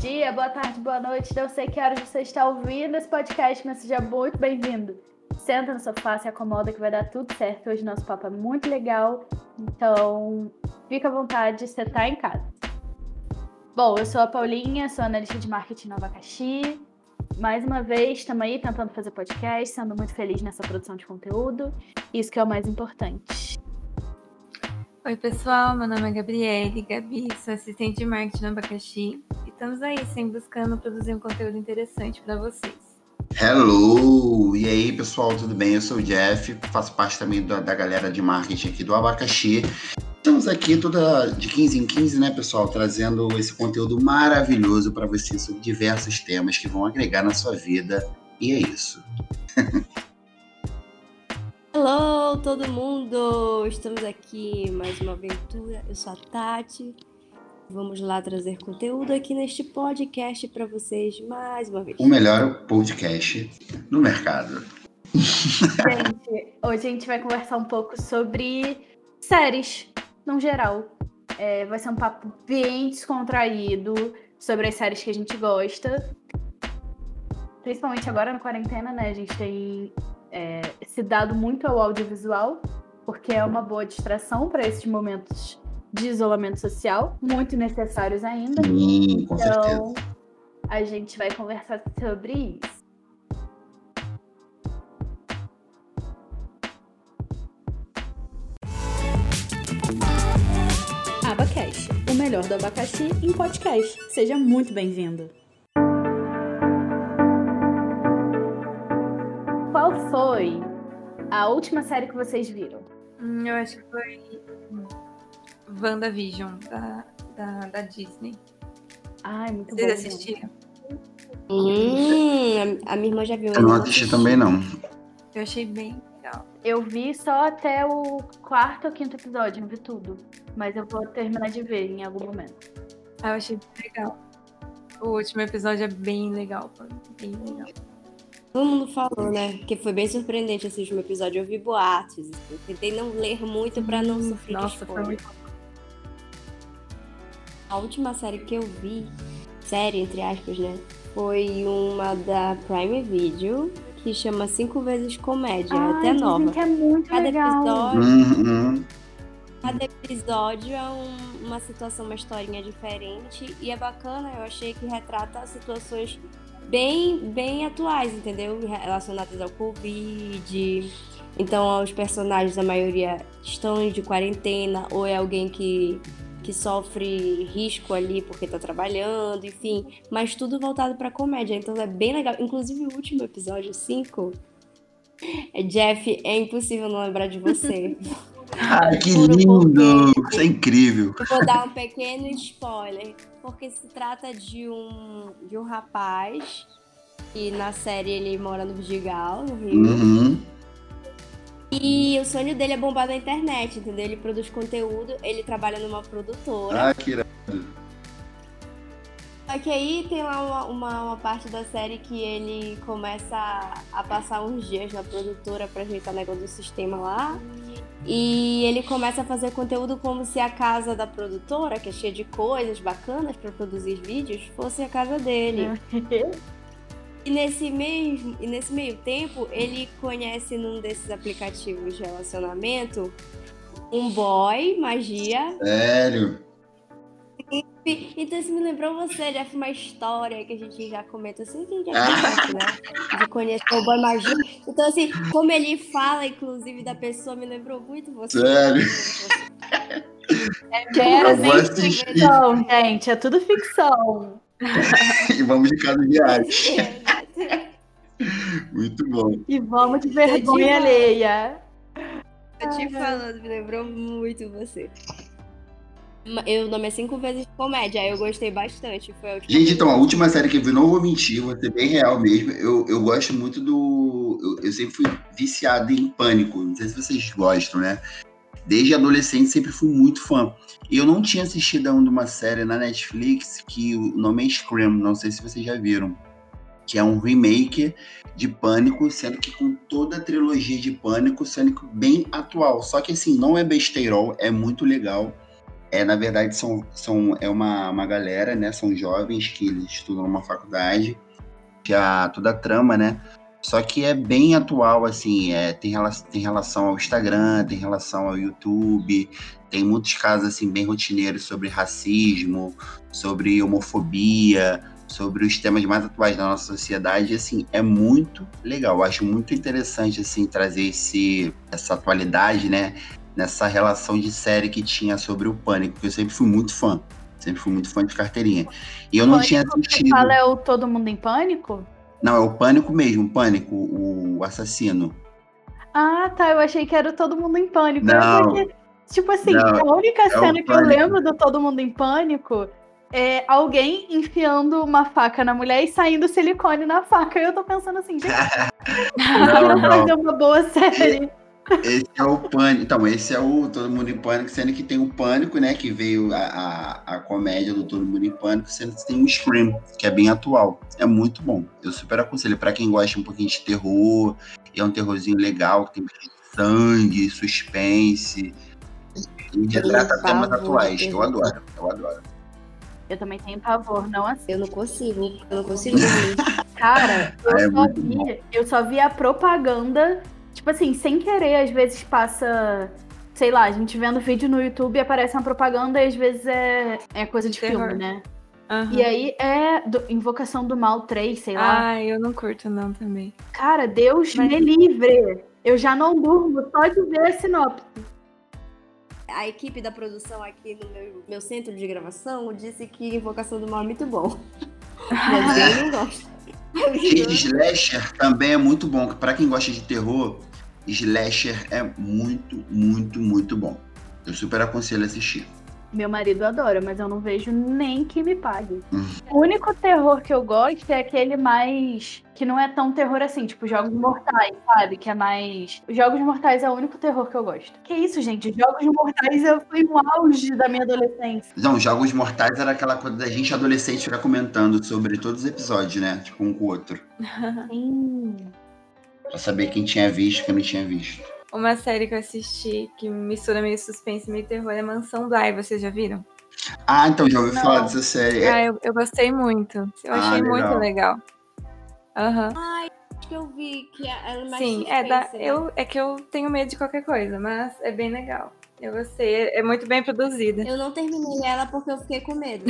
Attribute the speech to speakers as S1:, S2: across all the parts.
S1: dia, boa tarde, boa noite. Não sei que horas você está ouvindo esse podcast, mas seja muito bem-vindo. Senta no sofá, se acomoda que vai dar tudo certo. Hoje nosso papo é muito legal, então fica à vontade, você tá em casa. Bom, eu sou a Paulinha, sou analista de marketing Nova Caxi. Mais uma vez, estamos aí tentando fazer podcast, sendo muito feliz nessa produção de conteúdo. Isso que é o mais importante.
S2: Oi, pessoal. Meu nome é Gabriele Gabi, sou assistente de marketing no Abacaxi. E estamos aí, sempre buscando produzir um conteúdo interessante para vocês.
S3: Hello! E aí, pessoal, tudo bem? Eu sou o Jeff, faço parte também da, da galera de marketing aqui do Abacaxi. Estamos aqui toda de 15 em 15, né, pessoal, trazendo esse conteúdo maravilhoso para vocês sobre diversos temas que vão agregar na sua vida. E é isso.
S4: Hello, todo mundo! Estamos aqui em mais uma aventura. Eu sou a Tati. Vamos lá trazer conteúdo aqui neste podcast para vocês mais uma vez.
S3: O melhor podcast no mercado.
S1: Gente, hoje a gente vai conversar um pouco sobre séries, no geral. É, vai ser um papo bem descontraído sobre as séries que a gente gosta. Principalmente agora na quarentena, né? A gente tem é, se dado muito ao audiovisual, porque é uma boa distração para esses momentos de isolamento social, muito necessários ainda.
S3: Sim, com certeza.
S1: Então, a gente vai conversar sobre isso.
S5: Abacaxi, o melhor do abacaxi em podcast. Seja muito bem-vindo.
S1: Qual foi a última série que vocês viram?
S2: Hum, eu acho que foi WandaVision, da, da, da Disney.
S1: Ai, muito
S2: Vocês
S1: bom.
S2: assistiram?
S4: Hum, a, a minha irmã já viu.
S3: Eu não assisti também, não.
S2: Eu achei bem legal.
S1: Eu vi só até o quarto ou quinto episódio, não vi tudo. Mas eu vou terminar de ver em algum momento.
S2: Ah, eu achei bem legal. O último episódio é bem legal, foi bem legal.
S4: Todo mundo falou, né? Que foi bem surpreendente esse último episódio. Eu vi boatos. assim. Eu tentei não ler muito para Então, não sofrer de
S2: Nossa, foi
S4: spoiler.
S2: muito
S4: A última série que eu vi, série entre aspas, né? Foi uma da Prime Video que chama Cinco Vezes Comédia, até
S1: Ai, dizem
S4: nova.
S1: que é muito
S4: Cada
S1: legal.
S4: episódio,
S3: Hum, hum.
S4: cada episódio é um- uma situação, uma historinha diferente e é bacana. Eu achei que retrata situações bem, bem atuais, entendeu? Relacionadas ao Covid. Então, os personagens, a maioria estão de quarentena ou é alguém que que sofre risco ali porque tá trabalhando, enfim, mas tudo voltado pra comédia, então é bem legal. Inclusive o último episódio 5, é, Jeff, é impossível não lembrar de você.
S3: Ai, que
S4: Por um
S3: lindo!
S4: pouquinho.
S3: Isso é incrível.
S4: Eu vou dar um pequeno spoiler, porque se trata de um de um rapaz e na série ele mora no Vidigal, no Rio.
S3: Uhum.
S4: E o sonho dele é bombar na internet, entendeu? Ele produz conteúdo, ele trabalha numa produtora.
S3: Ah, que irado.
S4: Só que aí tem lá uma, uma, uma parte da série que ele começa a, a passar uns dias na produtora pra ajeitar o negócio do sistema lá. E ele começa a fazer conteúdo como se a casa da produtora, que é cheia de coisas bacanas pra produzir vídeos, fosse a casa dele. E nesse, mesmo, e nesse meio tempo, ele conhece num desses aplicativos de relacionamento um boy, magia,
S3: Sério?
S4: então isso me lembrou você, Jeff, uma história que a gente já comenta assim, que a gente já
S3: Ah.
S4: conhece, né? De conhecer o Boy Magia. Então, assim, como ele fala, inclusive, da pessoa, me lembrou muito você.
S3: Sério?
S1: Gera
S3: Eu vou
S1: sempre
S3: assistir.
S1: ficção, gente. É tudo ficção.
S3: E vamos de cada viagem.
S4: Eu
S3: Muito bom.
S1: E vamos de
S4: Eu digo-
S1: vergonha alheia.
S4: te falando, me lembrou muito você. Ma- Eu nome é cinco vezes comédia, eu gostei bastante. Foi a última
S3: Gente, então, a última série que eu vi, não vou mentir, vou ser bem real mesmo. Eu, eu gosto muito do. Eu, eu sempre fui viciado em pânico. Não sei se vocês gostam, né? Desde adolescente sempre fui muito fã. E eu não tinha assistido ainda uma série na Netflix que o nome é Scream, não sei se vocês já viram. Que é um remake de Pânico, sendo que com toda a trilogia de Pânico, sendo que bem atual. Só que assim, não é besteirol, é muito legal. É, na verdade, são, são, é uma, uma galera, né? São jovens que eles estudam numa faculdade, que a, toda a trama, né? Só que é bem atual, assim, é, tem, rela- tem relação ao Instagram, tem relação ao YouTube, tem muitos casos, assim, bem rotineiros sobre racismo, sobre homofobia, sobre os temas mais atuais da nossa sociedade, e, assim, é muito legal. Eu acho muito interessante, assim, trazer esse, essa atualidade, né, nessa relação de série que tinha sobre o Pânico, porque eu sempre fui muito fã, sempre fui muito fã de carteirinha. E eu não tinha
S1: Quando você
S3: assistido...
S1: fala é o Todo Mundo em Pânico?
S3: Não, é o Pânico mesmo, Pânico, o assassino.
S1: Ah, tá. Eu achei que era o Todo Mundo em Pânico.
S3: Não.
S1: Porque, tipo assim,
S3: Não, é
S1: a única
S3: o
S1: cena que eu
S3: Pânico.
S1: lembro do Todo Mundo em Pânico é alguém enfiando uma faca na mulher e saindo silicone na faca. E eu tô pensando assim, gente,
S3: Não,
S1: quero
S3: não,
S1: fazer uma boa série.
S3: esse é o Pânico. Então, esse é o Todo Mundo em Pânico, sendo que tem o Pânico, né, que veio a, a, a comédia do Todo Mundo em Pânico, sendo que tem o Scream, que é bem atual. É muito bom. Eu super aconselho pra quem gosta um pouquinho de terror, e é um terrorzinho legal, que tem bastante sangue, suspense, e retrata
S4: Por
S3: temas
S4: favor,
S3: atuais. Eu
S4: terror.
S3: adoro, eu adoro.
S1: Eu também tenho pavor, não assim.
S4: Eu não consigo, eu não consigo dormir.
S1: Cara, eu,
S3: Ah, é
S1: só
S3: muito bom.
S1: vi, eu só vi a propaganda, tipo assim, sem querer, às vezes passa, sei lá, a gente vendo vídeo no YouTube aparece uma propaganda e às vezes é, é coisa de
S2: Terror.
S1: filme, né?
S2: Aham.
S1: E aí é do- Invocação do Mal 3, sei lá.
S2: Ah, eu não curto não também.
S1: Cara, Deus
S2: Mas-
S1: me livre! Eu já não durmo só de ver a sinopse.
S4: A equipe da produção aqui no meu, meu centro de gravação disse que Invocação do Mal é muito bom. Mas eu não gosto. Eu
S3: E
S4: juro.
S3: Slasher também é muito bom. Pra quem gosta de terror, Slasher é muito, muito, muito bom. Eu super aconselho assistir.
S1: Meu marido adora, mas eu não vejo nem que me pague. O único terror que eu gosto é aquele mais. que não é tão terror assim, tipo Jogos Mortais, sabe? Que é mais. Jogos Mortais é o único terror que eu gosto. Que isso, gente? Jogos Mortais eu fui um auge da minha adolescência.
S3: Não, Jogos Mortais era aquela coisa da gente adolescente ficar comentando sobre todos os episódios, né? Tipo, um com o outro.
S1: Sim.
S3: Pra saber quem tinha visto e quem não tinha visto.
S2: Uma série que eu assisti que mistura meio suspense e meio terror é Mansão Bly, vocês já viram?
S3: Ah, então já ouvi
S1: Não.
S3: falar dessa série. É,
S2: Ah, eu, eu gostei muito. Eu
S3: Ah,
S2: achei
S3: legal.
S2: muito legal. Aham.
S4: Acho que eu vi que ela é mais
S2: Sim, é, da,
S4: suspense, né?
S2: eu, é que eu tenho medo de qualquer coisa, mas é bem legal. Eu gostei, é, é muito bem produzida.
S4: Eu não terminei ela porque eu fiquei com medo.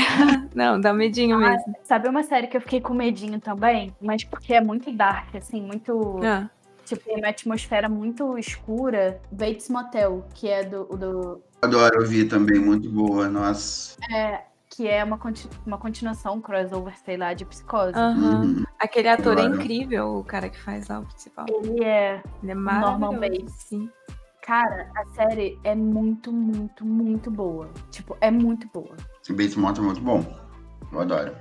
S2: Não, dá um medinho
S4: Ah,
S2: mesmo.
S1: Sabe uma série que eu fiquei com medinho também? Mas porque é muito dark, assim, muito.
S2: Ah,
S4: é.
S1: Tipo, tem uma atmosfera muito escura. Bates Motel, que é do- do,
S3: adoro ouvir também, muito boa. Nossa.
S1: que é uma, conti- uma continuação, um crossover, sei lá, de psicose.
S2: aham.
S3: Uhum.
S2: Aquele ator é
S3: Claro.
S2: incrível, o cara que faz lá o principal.
S1: Ele é.
S2: Ele é
S1: Norman
S2: maravilhoso.
S1: Bates.
S2: Sim.
S1: Cara, a série é muito, muito, muito boa. Tipo, é muito boa.
S3: Esse Bates Motel é muito bom. Eu adoro.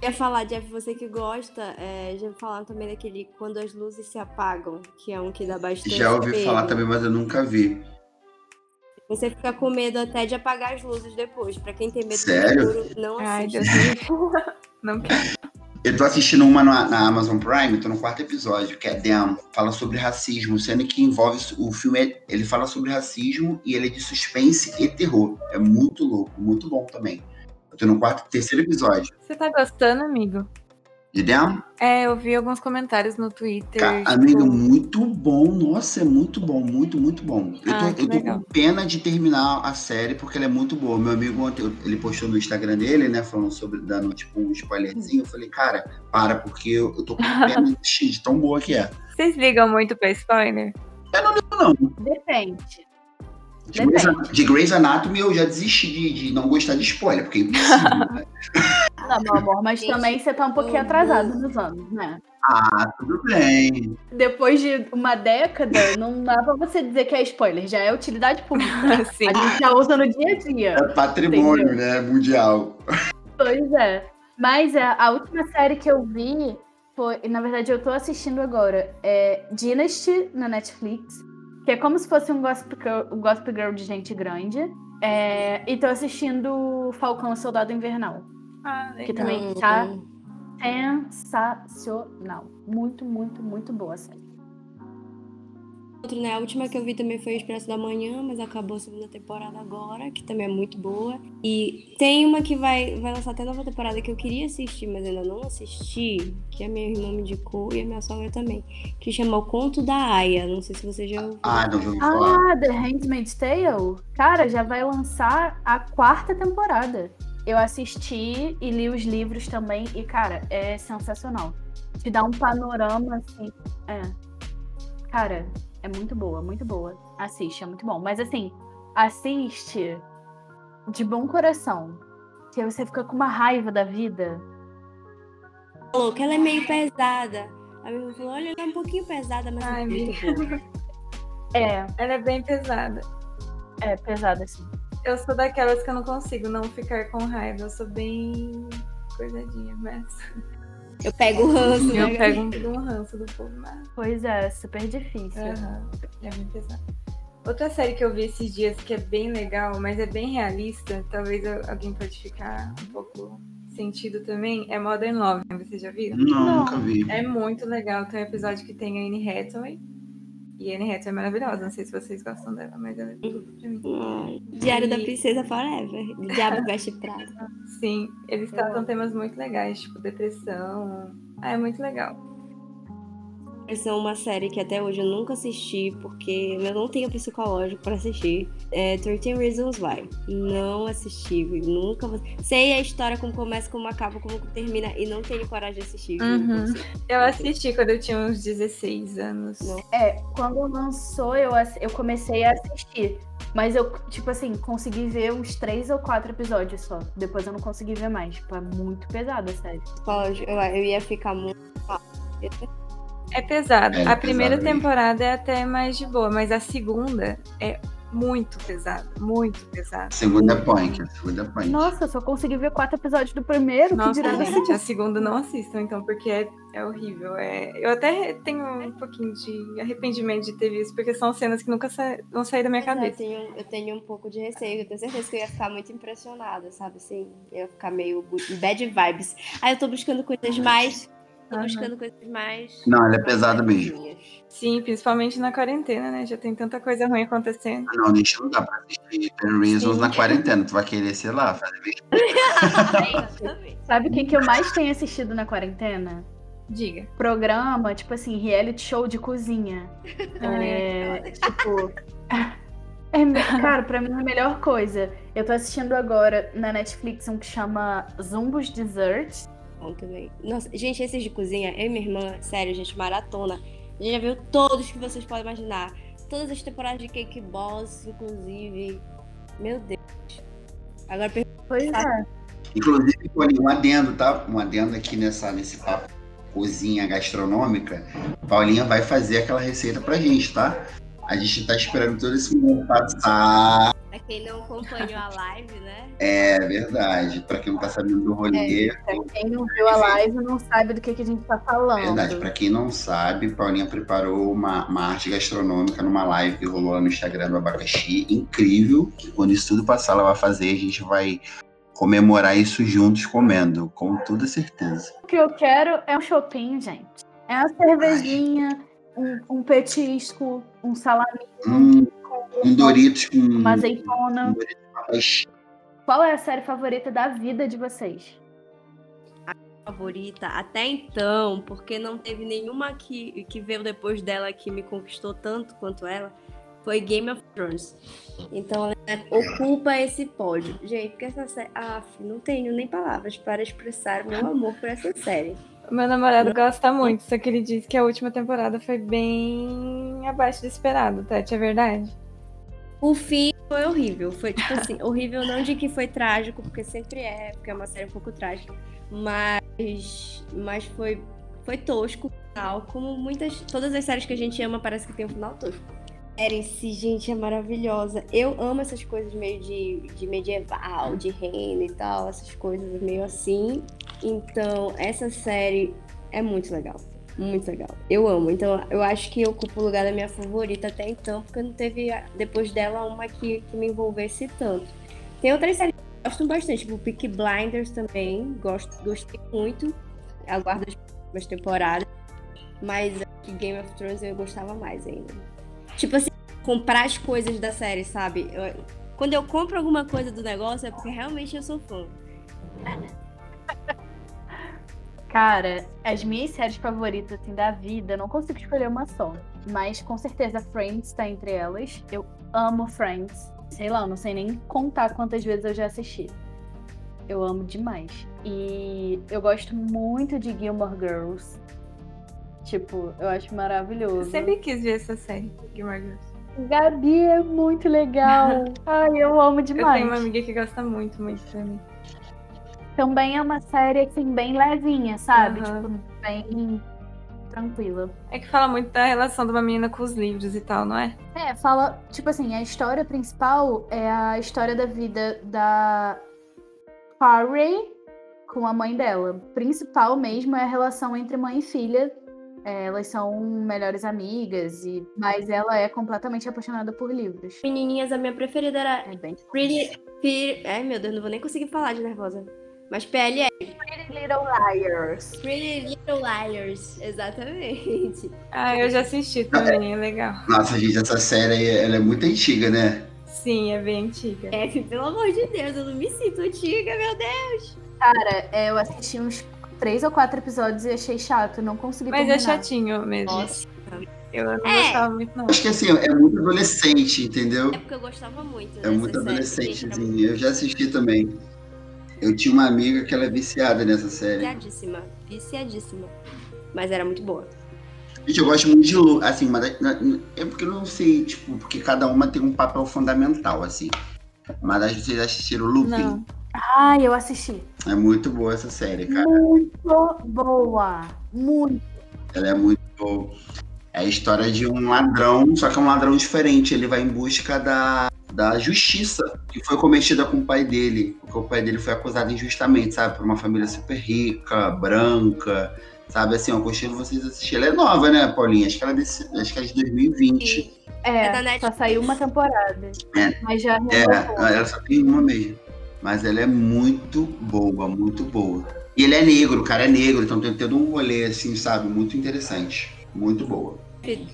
S4: Eu ia falar, Jeff, você que gosta, é, já falaram também daquele Quando as Luzes Se Apagam, que é um que dá bastante
S3: Já ouvi
S4: medo.
S3: falar também, mas eu nunca vi.
S4: Você fica com medo até de apagar as luzes depois. Pra quem tem medo
S3: Sério?
S4: do escuro, não
S2: Ai,
S4: assiste.
S2: Deus me livre. Não quero.
S3: Eu tô assistindo uma na, na Amazon Prime, tô no quarto episódio, que é Damn. Fala sobre racismo, sendo que envolve. O filme é- ele fala sobre racismo e ele é de suspense e terror. É muito louco, muito bom também. Eu tô no quarto, terceiro episódio.
S2: Você tá gostando, amigo?
S3: De Damn?
S2: É, eu vi alguns comentários no Twitter.
S3: Ca-
S2: tipo,
S3: Amigo, muito bom. Nossa, é muito bom, muito, muito bom. Eu tô,
S2: Ah, que
S3: eu tô com
S2: legal.
S3: pena de terminar a série, porque ela é muito boa. Meu amigo ontem, ele postou no Instagram dele, né, falando sobre, dando tipo um spoilerzinho. Eu falei, cara, para, porque eu, eu tô com pena de assistir, de tão boa que é.
S2: Vocês ligam muito pra spoiler?
S3: Não,
S1: Depende.
S3: De Grey's,
S1: Depende.
S3: de Grey's Anatomy eu já desisti de, de não gostar de spoiler, porque é impossível. né?
S1: Não, meu amor, mas
S4: Gente,
S1: também você tá um pouquinho
S4: eu
S1: atrasado
S4: amo.
S1: nos anos, né?
S3: ah, tudo bem.
S1: Depois de uma década, não dá pra você dizer que é spoiler, já é utilidade pública.
S2: Assim.
S1: A gente já usa no dia a dia.
S3: É patrimônio,
S1: Entendeu?
S3: né? Mundial.
S1: Pois é. Mas é, a última série que eu vi foi. Na verdade, eu tô assistindo agora. É Dynasty na Netflix. Que é como se fosse um Gossip Girl, um Gossip Girl de gente grande. É, e tô assistindo Falcão e Soldado Invernal.
S2: Ah,
S1: Que
S2: legal.
S1: também tá sensacional. Muito, muito, muito boa a série.
S4: outro, né? A última que eu vi também foi o Expresso da Manhã, mas acabou a segunda temporada agora, que também é muito boa. E tem uma que vai, vai lançar até nova temporada que eu queria assistir, mas ainda não assisti, que a minha irmã me indicou e a minha sogra também, que chama O Conto da Aya. Não sei se você já ouviu.
S3: Ah, não vou falar.
S1: Ah, The Handmaid's Tale? Cara, já vai lançar a quarta temporada. Eu assisti e li os livros também, e, cara, é sensacional. Te dá um panorama, assim. É. Cara, é muito boa, muito boa. Assiste, é muito bom. Mas assim, assiste de bom coração. Que aí você fica com uma raiva da vida.
S4: Falou que ela é meio pesada. A minha irmã falou, olha, ela é um pouquinho pesada, mas
S2: Ai,
S4: é muito
S2: amiga.
S4: boa.
S1: É,
S2: Ela é bem pesada.
S1: é pesada assim.
S2: Eu sou daquelas que eu não consigo não ficar com raiva. Eu sou bem coisadinha, mas.
S4: Eu pego o ranço, né?
S2: Eu
S4: Gabi?
S2: pego um, um ranço do povo, mas.
S1: Pois é, super difícil.
S2: Aham, é bem pesado. Outra série que eu vi esses dias que é bem legal, mas é bem realista, talvez eu- alguém pode ficar um pouco sentido também, é Modern Love, vocês já viram?
S3: Não,
S1: Não.
S3: nunca vi.
S2: É muito legal, tem um episódio que tem a Anne Hathaway, e a Anne Hathaway é maravilhosa, não sei se vocês gostam dela, mas ela é tudo pra mim.
S4: Ai, Diário da Princesa Forever. Diabo Veste Prada.
S2: Sim, eles tratam temas muito legais, tipo depressão, ah, é muito legal.
S4: Essa é uma série que até hoje eu nunca assisti, porque eu não tenho psicológico pra assistir. É 13 Reasons Why. Não assisti, viu? nunca vou- Sei a história, como começa, como acaba, como termina, e não tenho coragem de assistir. viu?
S2: Uhum.
S4: Não sei.
S2: Eu assisti quando eu tinha uns 16 anos.
S4: Não.
S1: É, quando lançou, eu, ass- eu comecei a assistir. Mas eu, tipo assim, consegui ver uns três ou quatro episódios só. Depois eu não consegui ver mais. Tipo, é muito pesada, sério.
S4: Psicológico, Eu, eu ia ficar muito.
S2: É pesado.
S3: É, é
S2: a primeira
S3: pesado mesmo.
S2: temporada é até mais de boa, mas a segunda é muito pesada, muito pesada.
S3: Segunda é punk, segunda é punk.
S1: Nossa, eu só consegui ver quatro episódios do primeiro, que
S2: Nossa,
S1: dirá da
S2: gente, a segunda não assistam, então, porque é, é horrível. É- eu até tenho um pouquinho de arrependimento de ter visto, porque são cenas que nunca sa- vão sair da minha
S4: Eu
S2: cabeça.
S4: tenho, eu tenho um pouco de receio. Eu tenho certeza que eu ia ficar muito impressionada, sabe? Assim, eu ia ficar meio bu- bad vibes. Aí eu tô buscando coisas mais. Tô
S2: Aham.
S4: buscando coisas mais.
S3: Não, ela é pesada mesmo.
S4: minhas.
S2: Sim, principalmente na quarentena, né? Já tem tanta coisa ruim acontecendo.
S3: Ah, Não, deixa não dá pra assistir Ten Reasons
S2: Sim.
S3: na quarentena. Tu vai querer, sei lá, fazer mesmo.
S4: Exatamente.
S1: Sabe quem que eu mais tenho assistido na quarentena?
S2: Diga.
S1: Programa, tipo assim, reality show de cozinha. É, tipo. é me- cara, pra mim é a melhor coisa. Eu tô assistindo agora na Netflix um que chama Zumbos Desserts.
S4: Bom também. Nossa, gente, esses de cozinha, eu e minha irmã, sério, gente, maratona. A gente já viu todos que vocês podem imaginar. Todas as temporadas de Cake Boss, inclusive. Meu Deus. Agora pergunta
S1: Pois é.
S3: Inclusive, Paulinho, um adendo, tá? Um adendo aqui nessa, nesse papo cozinha gastronômica. Paulinha vai fazer aquela receita pra gente, tá? A gente tá esperando todo esse momento passar.
S4: pra quem não acompanhou a live, né?
S3: É verdade. Pra quem não tá sabendo do rolê,
S1: Quem não viu a live não sabe do que, que a gente tá falando.
S3: É verdade, pra quem não sabe, Paulinha preparou uma, uma arte gastronômica numa live que rolou lá no Instagram do Abacaxi, incrível. que Quando isso tudo passar, ela vai fazer, a gente vai comemorar isso juntos comendo, com toda certeza.
S1: O que eu quero é um shopping, gente. É uma cervejinha, um, um petisco, um salame,
S3: Hum, um Doritos com
S1: uma azeitona.
S3: um Doritos com abacaxi.
S1: Qual é a série favorita da vida de vocês?
S4: Favorita até então, porque não teve nenhuma que, que veio depois dela que me conquistou tanto quanto ela. Foi Game of Thrones. Então ela ocupa esse pódio. Gente, porque essa série. Ah, não tenho nem palavras para expressar meu amor por essa série.
S2: Meu namorado gosta muito, só que ele diz que a última temporada foi bem abaixo do esperado, Tati, é verdade?
S4: O fim foi horrível. Foi tipo assim, horrível não de que foi trágico, porque sempre é, porque é uma série um pouco trágica. Mas, mas foi, foi tosco o final. Como muitas. Todas as séries que a gente ama parece que tem um final tosco. A série em si, gente, é maravilhosa. Eu amo essas coisas meio de, de medieval, de reino e tal, essas coisas meio assim. Então, essa série é muito legal. Muito legal. Eu amo. Então, eu acho que ocupa o lugar da minha favorita até então, porque não teve a- depois dela uma que, que me envolvesse tanto. Tem outras séries que eu gosto bastante, tipo Peak Blinders também. Gosto, gostei muito. Aguardo as próximas temporadas. Mas acho que Game of Thrones eu gostava mais ainda. tipo assim, comprar as coisas da série, sabe? Eu- quando eu compro alguma coisa do negócio é porque realmente eu sou fã.
S1: Cara, as minhas séries favoritas assim, da vida, eu não consigo escolher uma só. Mas com certeza Friends tá entre elas. Eu amo Friends. Sei lá, eu não sei nem contar quantas vezes eu já assisti. Eu amo demais. E eu gosto muito de Gilmore Girls. Tipo, eu acho
S2: Eu
S1: maravilhoso.
S2: sempre quis ver essa série, Gilmore Girls.
S1: Gabi é muito legal. Ai, eu amo
S2: Eu
S1: demais.
S2: tenho uma amiga que gosta muito, muito também.
S1: Também é uma série assim, bem levinha, sabe?
S2: Aham.
S1: Tipo, bem tranquila.
S2: É que fala muito da relação de uma menina com os livros e tal, não é?
S1: É, fala, tipo assim, a história principal é a história da vida da Carrie com a mãe dela. Principal mesmo é a relação entre mãe e filha. É, elas são melhores amigas, e mas ela é completamente apaixonada por livros.
S4: Menininhas, a minha preferida era
S1: É bem
S4: Pretty, Pretty- Ai, meu Deus, não vou nem conseguir falar de nervosa. Mas PLL.
S1: Pretty Little Liars.
S4: Pretty Little Liars. Exatamente.
S2: Ah, eu já assisti também, é legal.
S3: Nossa, gente, essa série aí, ela é muito antiga, né?
S2: Sim, é bem antiga.
S4: É, pelo amor de Deus, eu não me sinto antiga, meu Deus.
S1: Cara, é, eu assisti uns três ou quatro episódios e achei chato, não consegui
S2: Mas é
S1: terminar.
S2: chatinho mesmo. Eu não
S4: É.
S2: gostava muito, não.
S3: Acho que assim, é muito adolescente, entendeu?
S4: É porque eu gostava muito.
S3: É muito adolescente, assim. Eu já assisti também. Eu tinha uma amiga que ela é viciada nessa série.
S4: Viciadíssima. Viciadíssima. Mas era muito boa.
S3: Gente, eu gosto muito de Lu, assim, uma das- na- na- é porque eu não sei, tipo, porque cada uma tem um papel fundamental, assim. Mas acho que vocês assistiram Lupin.
S2: Não.
S1: Ai, eu assisti.
S3: É muito boa essa série, cara.
S1: Muito boa. Muito.
S3: Ela é muito boa. É a história de um ladrão, só que é um ladrão diferente. Ele vai em busca da, da justiça que foi cometida com o pai dele. Porque o pai dele foi acusado injustamente, sabe? Por uma família super rica, branca. Sabe assim, eu aconselho vocês a assistir. Ela é nova, né, Paulinha? Acho que ela é, desse, acho que ela é de 2020.
S4: E
S1: É,
S4: É da Netflix.
S1: só saiu uma temporada.
S3: É.
S1: Mas já
S3: É,
S1: renovou.
S3: ela só tem uma mesmo. Mas ela é muito boa, muito boa. E ele é negro, o cara é negro, então tem todo um rolê, assim, sabe? Muito interessante. Muito boa.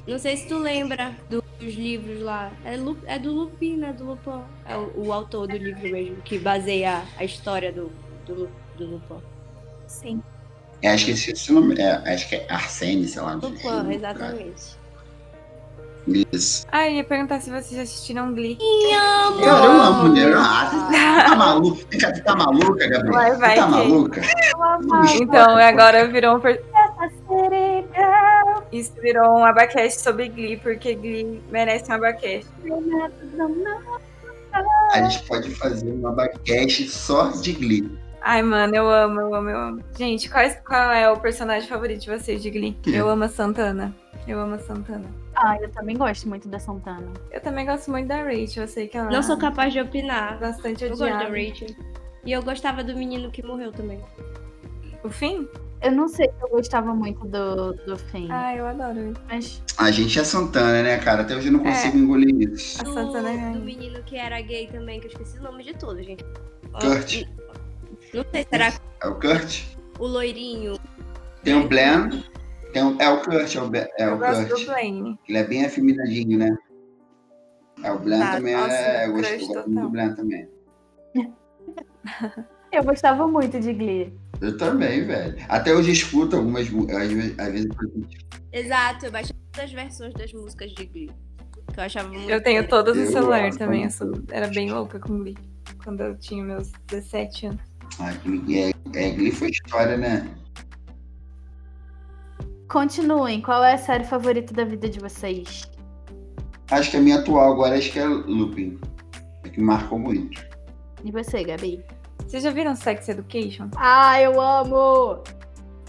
S4: não sei se tu lembra do- dos livros lá. É, Lu- é do Lupin, né? Do Lupin. É o, o autor do livro mesmo, que baseia a história do, do, Lu- do Lupin.
S1: Sim.
S3: É, acho que esse, esse nome. É, acho que é Arsene, sei lá.
S4: Lupin, exatamente.
S3: Isso.
S2: Ah, eu ia perguntar se vocês já assistiram Glee. Tá
S3: Cara, eu amo mulher. Ah, você tá maluca? Você tá maluca, Gabriel?
S2: Vai, vai,
S3: você tá
S2: que-
S3: maluca?
S2: Então, agora virou um... per- Isso virou um abacaxi sobre Glee, porque Glee merece um abacaxi.
S3: A gente pode fazer um abacaxi só de Glee.
S2: Ai, mano, eu amo, eu amo, eu amo. Gente, quais, qual é o personagem favorito de vocês de Glee?
S3: Quem?
S2: Eu amo a Santana. Eu amo a Santana.
S1: Ah, eu também gosto muito da Santana.
S2: Eu também gosto muito da Rachel, eu sei que ela
S4: Não sou
S2: é
S4: capaz de opinar.
S2: bastante
S4: Eu gosto
S2: odiada.
S4: da Rachel. E eu gostava do menino que morreu também.
S2: O fim?
S1: Eu não sei se eu gostava muito do, do fim,
S2: Ah, eu adoro ele.
S1: mas
S3: A gente é Santana, né, cara? Até hoje eu não
S2: É.
S3: consigo engolir isso.
S2: A né?
S4: Do,
S2: Santana Rhymes.
S4: do menino que era gay também, que eu esqueci o nome de tudo, gente. Ó,
S3: Kurt.
S4: Não sei, será que
S3: É o Kurt?
S4: o loirinho.
S3: Tem o Blen. Tem o, é o Kurt, é o, Be- é
S2: É. eu
S3: o
S2: gosto
S3: Kurt.
S2: do Blaine.
S3: Ele é bem afeminadinho, né? É, o Blen
S4: Tá,
S3: também
S2: nossa,
S3: é. Eu gosto, eu
S2: crush
S3: gosto
S2: total.
S3: muito do Blen também.
S1: eu gostava muito de Glee.
S3: Eu também, velho. Até hoje eu escuto algumas. mu- Às vezes, às vezes eu assim,
S4: Exato, eu baixei todas as versões das músicas de Glee. Que eu achava muito.
S2: Eu tenho todas no
S3: Eu
S2: celular
S3: gosto
S2: também. Eu
S3: muito.
S2: sou- era bem louca com Glee. Quando eu tinha meus 17 anos.
S3: Ai, que- é, é, Glee foi história, né?
S1: Continuem, qual é a série favorita da vida de vocês?
S3: Acho que a minha atual agora acho que é Lupin. É que marcou muito.
S1: E você, Gabi?
S2: Vocês já viram Sex Education?
S1: Ah, eu amo!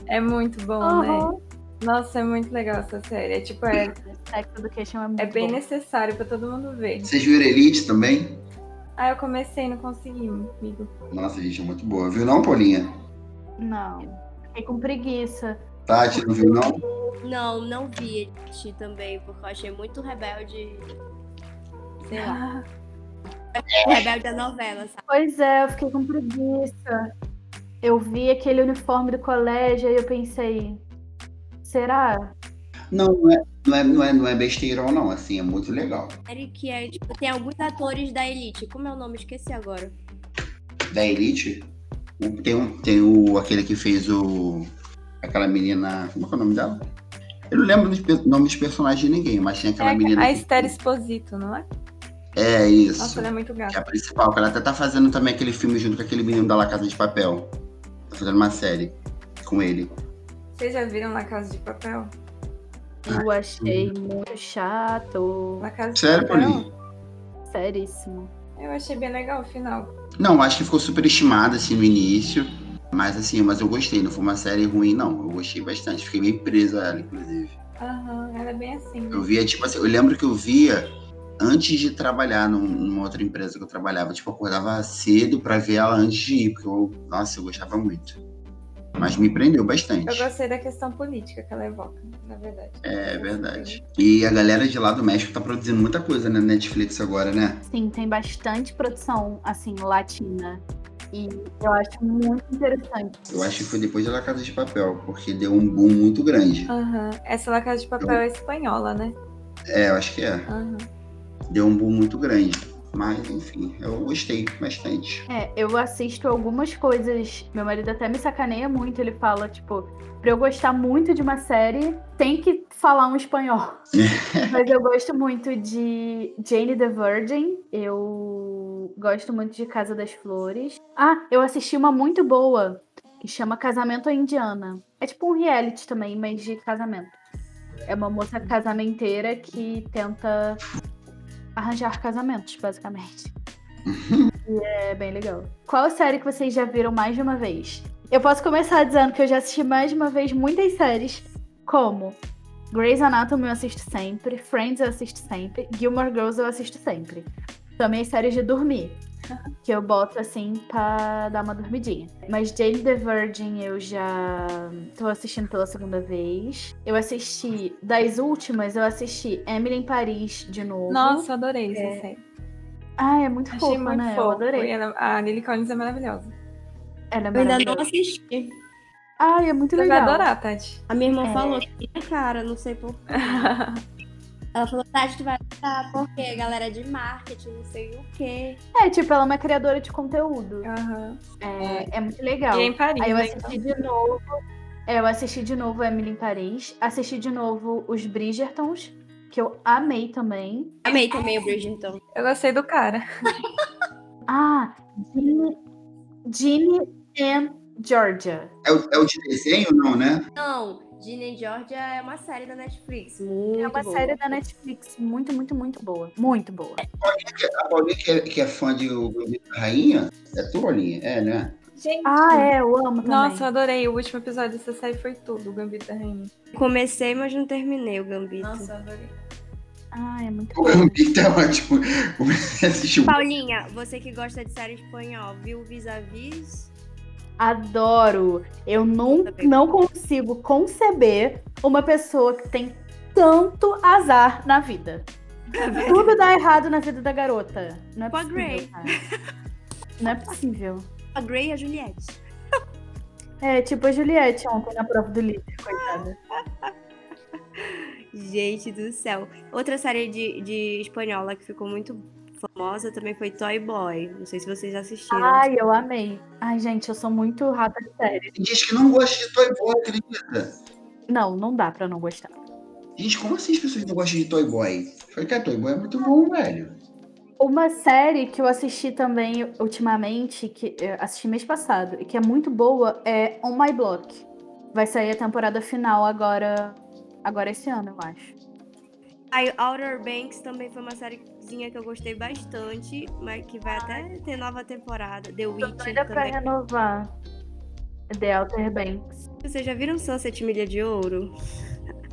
S2: É muito bom, né?
S1: Uhum.
S2: Nossa, é muito legal essa série. É tipo, é,
S1: Sex Education é muito
S2: é bem
S1: bom.
S2: necessário pra todo mundo ver.
S3: Vocês viram Elite também?
S2: Ah, eu comecei, não consegui, amigo.
S3: Nossa, gente, é muito boa. Viu não, Paulinha?
S1: Não, fiquei com preguiça.
S3: Tati, não viu não?
S4: Não, não vi Elite também, porque eu achei muito rebelde. Sei lá. Rebelde da novela, sabe?
S1: Pois é, eu fiquei com preguiça. Eu vi aquele uniforme do colégio e eu pensei, será?
S3: Não, não é, não é, não é, não é besteirão, não. Assim, é muito legal.
S4: série que é, tipo, tem alguns atores da Elite. Como é o nome? Esqueci agora.
S3: Da Elite, o- tem, um, tem o, aquele que fez o. Aquela menina. Como é que é o nome dela? Eu não lembro dos pe- nome dos personagens de ninguém, mas tem aquela
S2: É
S3: menina.
S2: a
S3: que-
S2: Esther Exposito, não é?
S3: É isso.
S2: Nossa, ela é muito
S3: Que é
S2: gata.
S3: a principal, que ela até tá fazendo também aquele filme junto com aquele menino da La Casa de Papel. Tá fazendo uma série com ele.
S2: Vocês já viram La Casa de Papel?
S1: Eu achei muito chato.
S2: La Casa
S3: Sério,
S2: de Papel?
S3: Paulinho?
S1: Seríssimo.
S2: Eu achei bem legal o final.
S3: Não, acho que ficou superestimada assim no início. Mas assim, mas eu gostei, não foi uma série ruim, não. Eu gostei bastante. Fiquei bem preso a ela, inclusive.
S2: Aham, ela é bem assim. né?
S3: Eu via, tipo assim, eu lembro que eu via antes de trabalhar num- numa outra empresa que eu trabalhava. Tipo, eu acordava cedo pra ver ela antes de ir, porque eu, nossa, eu gostava muito. Mas me prendeu bastante.
S2: Eu gostei da questão política que ela evoca, na verdade.
S3: É verdade. E a galera de lá do México tá produzindo muita coisa na Netflix agora, né?
S1: Sim, Assim, tem bastante produção, assim, latina. E eu acho muito interessante.
S3: Eu acho que foi depois de La Casa de Papel, porque deu um boom muito grande.
S2: Aham. Essa La Casa de Papel é espanhola, né?
S3: É, eu acho que é.
S2: Aham.
S1: Uhum.
S3: Deu um boom muito grande. Mas, enfim, eu gostei bastante.
S1: É, eu assisto algumas coisas. Meu marido até me sacaneia muito. Ele fala, tipo, pra eu gostar muito de uma série, tem que falar um espanhol. Mas eu gosto muito de Jane the Virgin. Eu gosto muito de Casa das Flores. Ah, eu assisti uma muito boa que chama Casamento à Indiana. É tipo um reality também, mas de casamento. É uma moça casamenteira que tenta arranjar casamentos, basicamente. E é bem legal. Qual série que vocês já viram mais de uma vez? Eu posso começar dizendo que eu já assisti mais de uma vez muitas séries, como Grey's Anatomy eu assisto sempre, Friends eu assisto sempre, Gilmore Girls eu assisto sempre. Também as séries de dormir, que eu boto assim pra dar uma dormidinha. Mas Jane the Virgin eu já tô assistindo pela segunda vez. Eu assisti, das últimas, eu assisti Emily em Paris de novo.
S2: Nossa, eu adorei essa série.
S1: Ah, é muito
S2: Achei
S1: É fofa,
S2: muito
S1: né? Eu
S2: fofo.
S1: adorei.
S2: E ela- a Lily Collins é maravilhosa.
S1: Ela é
S4: Eu ainda
S1: maravilhosa.
S4: não assisti.
S1: Ah, é muito
S2: Você vai
S1: legal.
S2: adorar, Tati.
S4: A minha irmã
S1: É.
S4: falou que tinha cara, não sei por Ela falou, Tati, tu vai gostar, porque galera é de marketing, não sei o quê.
S1: É, tipo, ela é uma criadora de conteúdo.
S2: Aham.
S1: É, é muito legal.
S2: E é em Paris,
S1: Aí eu
S2: né,
S1: assisti de novo. é, eu assisti de novo Emily em Paris. Assisti de novo os Bridgertons, que eu amei também.
S4: Amei também o então. Bridgerton.
S2: Eu gostei do cara.
S1: Ah, Ginny, Ginny and Georgia.
S3: É o, é o de desenho, não, né?
S4: Não, Gina e Georgia é uma série da Netflix. Muito
S1: é uma
S4: boa.
S1: série da Netflix muito, muito, muito boa. Muito boa.
S3: A Paulinha que é, que é fã de O Gambito da Rainha, é tu, Paulinha? É, né?
S2: Gente.
S1: Ah, é, eu amo também.
S2: Nossa, eu adorei. O último episódio dessa série foi tudo, o Gambito da Rainha.
S4: Comecei, mas não terminei o Gambito.
S2: eu adorei.
S1: Ah, é muito
S3: O
S1: bom.
S3: Gambito é ótimo. Assistiu
S4: Paulinha, você que gosta de série espanhol, viu Vis-a-Vis?
S1: Adoro. Eu não, não consigo conceber uma pessoa que tem tanto azar na vida. Tudo dá errado na vida da garota. Não é
S4: Com a
S1: possível.
S4: Grey.
S1: cara. Não é possível.
S4: A Grey e a Juliette.
S1: É tipo a Juliette ontem na prova do líder, coitada.
S4: Gente do céu. Outra série de, de espanhola que ficou muito famosa também foi Toy Boy. Não sei se vocês assistiram.
S1: Ai, eu amei. Ai, gente, eu sou muito rata de série.
S3: Tem gente que não gosta de Toy Boy, acredita?
S1: Não, não dá pra não gostar.
S3: Gente, como assim as pessoas não gostam de Toy Boy? Falei, cara, Toy Boy é muito bom, velho.
S1: Uma série que eu assisti também ultimamente, que eu assisti mês passado, e que é muito boa, é On My Block. Vai sair a temporada final agora, agora esse ano, eu acho.
S4: Aí, Outer Banks também foi uma sériezinha que eu gostei bastante, mas que vai até ter nova temporada. The
S1: Tô
S4: Witch
S1: doida pra
S4: também.
S1: renovar The Outer Banks.
S4: Vocês já viram Sunset Milha de Ouro?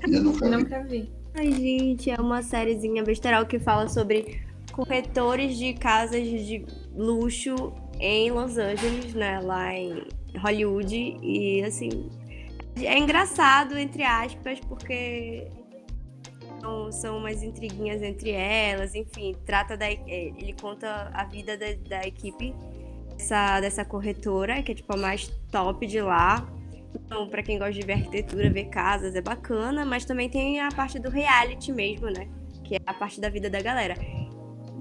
S3: Eu nunca vi.
S2: Nunca vi.
S4: Ai, gente, é uma sériezinha besteirol que fala sobre corretores de casas de luxo em Los Angeles, né? Lá em Hollywood. E assim. É engraçado, entre aspas, porque são, são umas intriguinhas entre elas, enfim, trata da. é, Ele conta a vida da, da equipe dessa, dessa corretora, que é tipo a mais top de lá. Então, pra quem gosta de ver arquitetura, ver casas, é bacana, mas também tem a parte do reality mesmo, né? Que é a parte da vida da galera.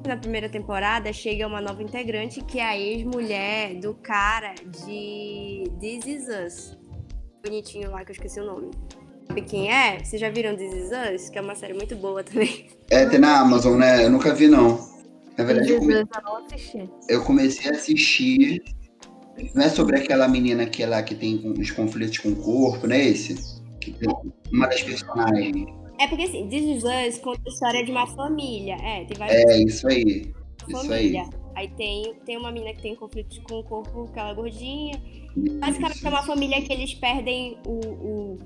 S4: Na primeira temporada chega uma nova integrante que é a ex-mulher do cara de This Is Us. Bonitinho lá que eu esqueci o nome. Sabe quem é? Vocês já viram This Is Us? Que é uma série muito boa também.
S3: É, tem na Amazon, né? Eu nunca vi, não. Na É verdade, eu, come-
S1: Jesus, eu não assisti.
S3: eu comecei a assistir. Não é sobre aquela menina que é lá que tem uns conflitos com o corpo, né? Esse? Que tem uma das personagens.
S4: É porque assim, This Is Us conta a história de uma família. É, tem várias
S3: É, isso aí. Isso aí.
S4: família. Aí tem, tem uma menina que tem conflitos com o corpo, que ela é gordinha. Basicamente é uma família que eles perdem o, o,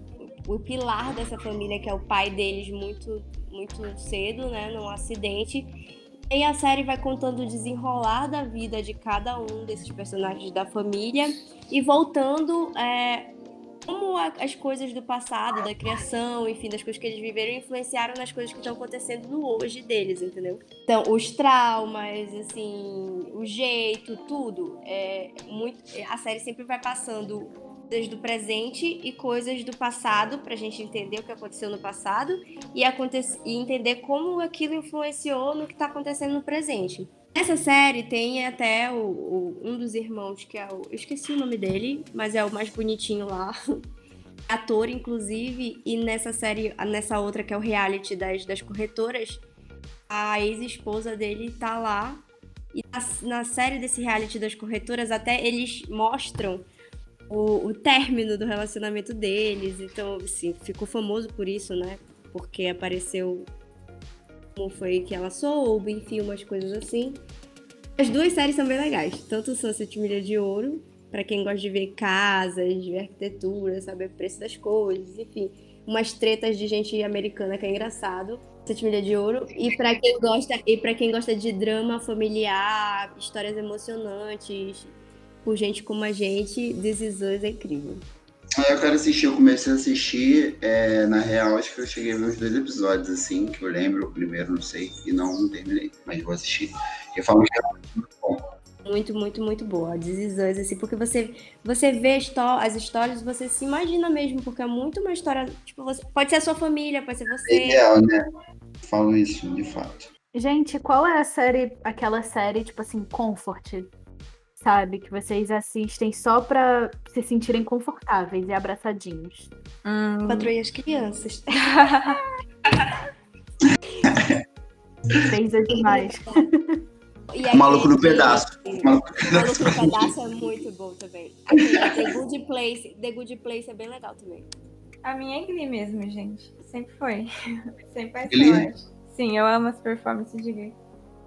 S4: o pilar dessa família, que é o pai deles, muito, muito cedo, né? Num acidente. E a série vai contando o desenrolar da vida de cada um desses personagens da família e voltando é, como a- as coisas do passado, da criação, enfim, das coisas que eles viveram influenciaram nas coisas que estão acontecendo no hoje deles, entendeu? Então, os traumas, assim, o jeito, tudo. É muito, a série sempre vai passando coisas do presente e coisas do passado, pra gente entender o que aconteceu no passado e, aconte- e entender como aquilo influenciou no que tá acontecendo no presente. Nessa série tem até o, o- um dos irmãos, que é o. Eu esqueci o nome dele, mas é o mais bonitinho lá. Ator, inclusive, e nessa série, nessa outra que é o reality das, das corretoras, a ex-esposa dele tá lá. E na, na série desse reality das corretoras, até eles mostram o, o término do relacionamento deles. Então, assim, ficou famoso por isso, né? Porque apareceu como foi que ela soube, enfim, umas coisas assim. As duas séries são bem legais. Tanto o Sunset Milha de Ouro, pra quem gosta de ver casas, de ver arquitetura, saber o preço das coisas, enfim. Umas tretas de gente americana que é engraçado. Sunset Milha de Ouro. E pra quem gosta, e para quem gosta de drama familiar, histórias emocionantes, por gente como a gente, This Is Us é incrível.
S3: Aí eu quero assistir, eu comecei a assistir, é, na real, acho que eu cheguei a ver uns dois episódios, assim, que eu lembro, o primeiro, não sei, e não, não terminei, mas vou assistir. Eu falo que é muito bom.
S4: Muito, muito, muito boa. This Is Us, assim, porque você, você vê histó- as histórias, você se imagina mesmo, porque é muito uma história. Tipo, você, pode ser a sua família, pode ser
S3: É
S4: você.
S3: ideal, né? Falo isso, de fato.
S1: Gente, qual é a série, aquela série, tipo assim, comfort? Sabe? Que vocês assistem só pra se sentirem confortáveis e abraçadinhos.
S2: Hum,
S4: Patroa e as crianças.
S1: Fez é demais.
S4: E
S3: O Maluco no
S4: aquele-
S3: Pedaço. O Maluco no
S4: O Maluco
S3: Pedaço.
S4: no Pedaço é muito bom também. Aquele The Good Place. The Good Place é bem legal também.
S2: A minha é Glee mesmo, gente. Sempre foi. Sempre vai ser,
S3: Glee?
S2: eu acho. Sim, eu amo as performances de Glee.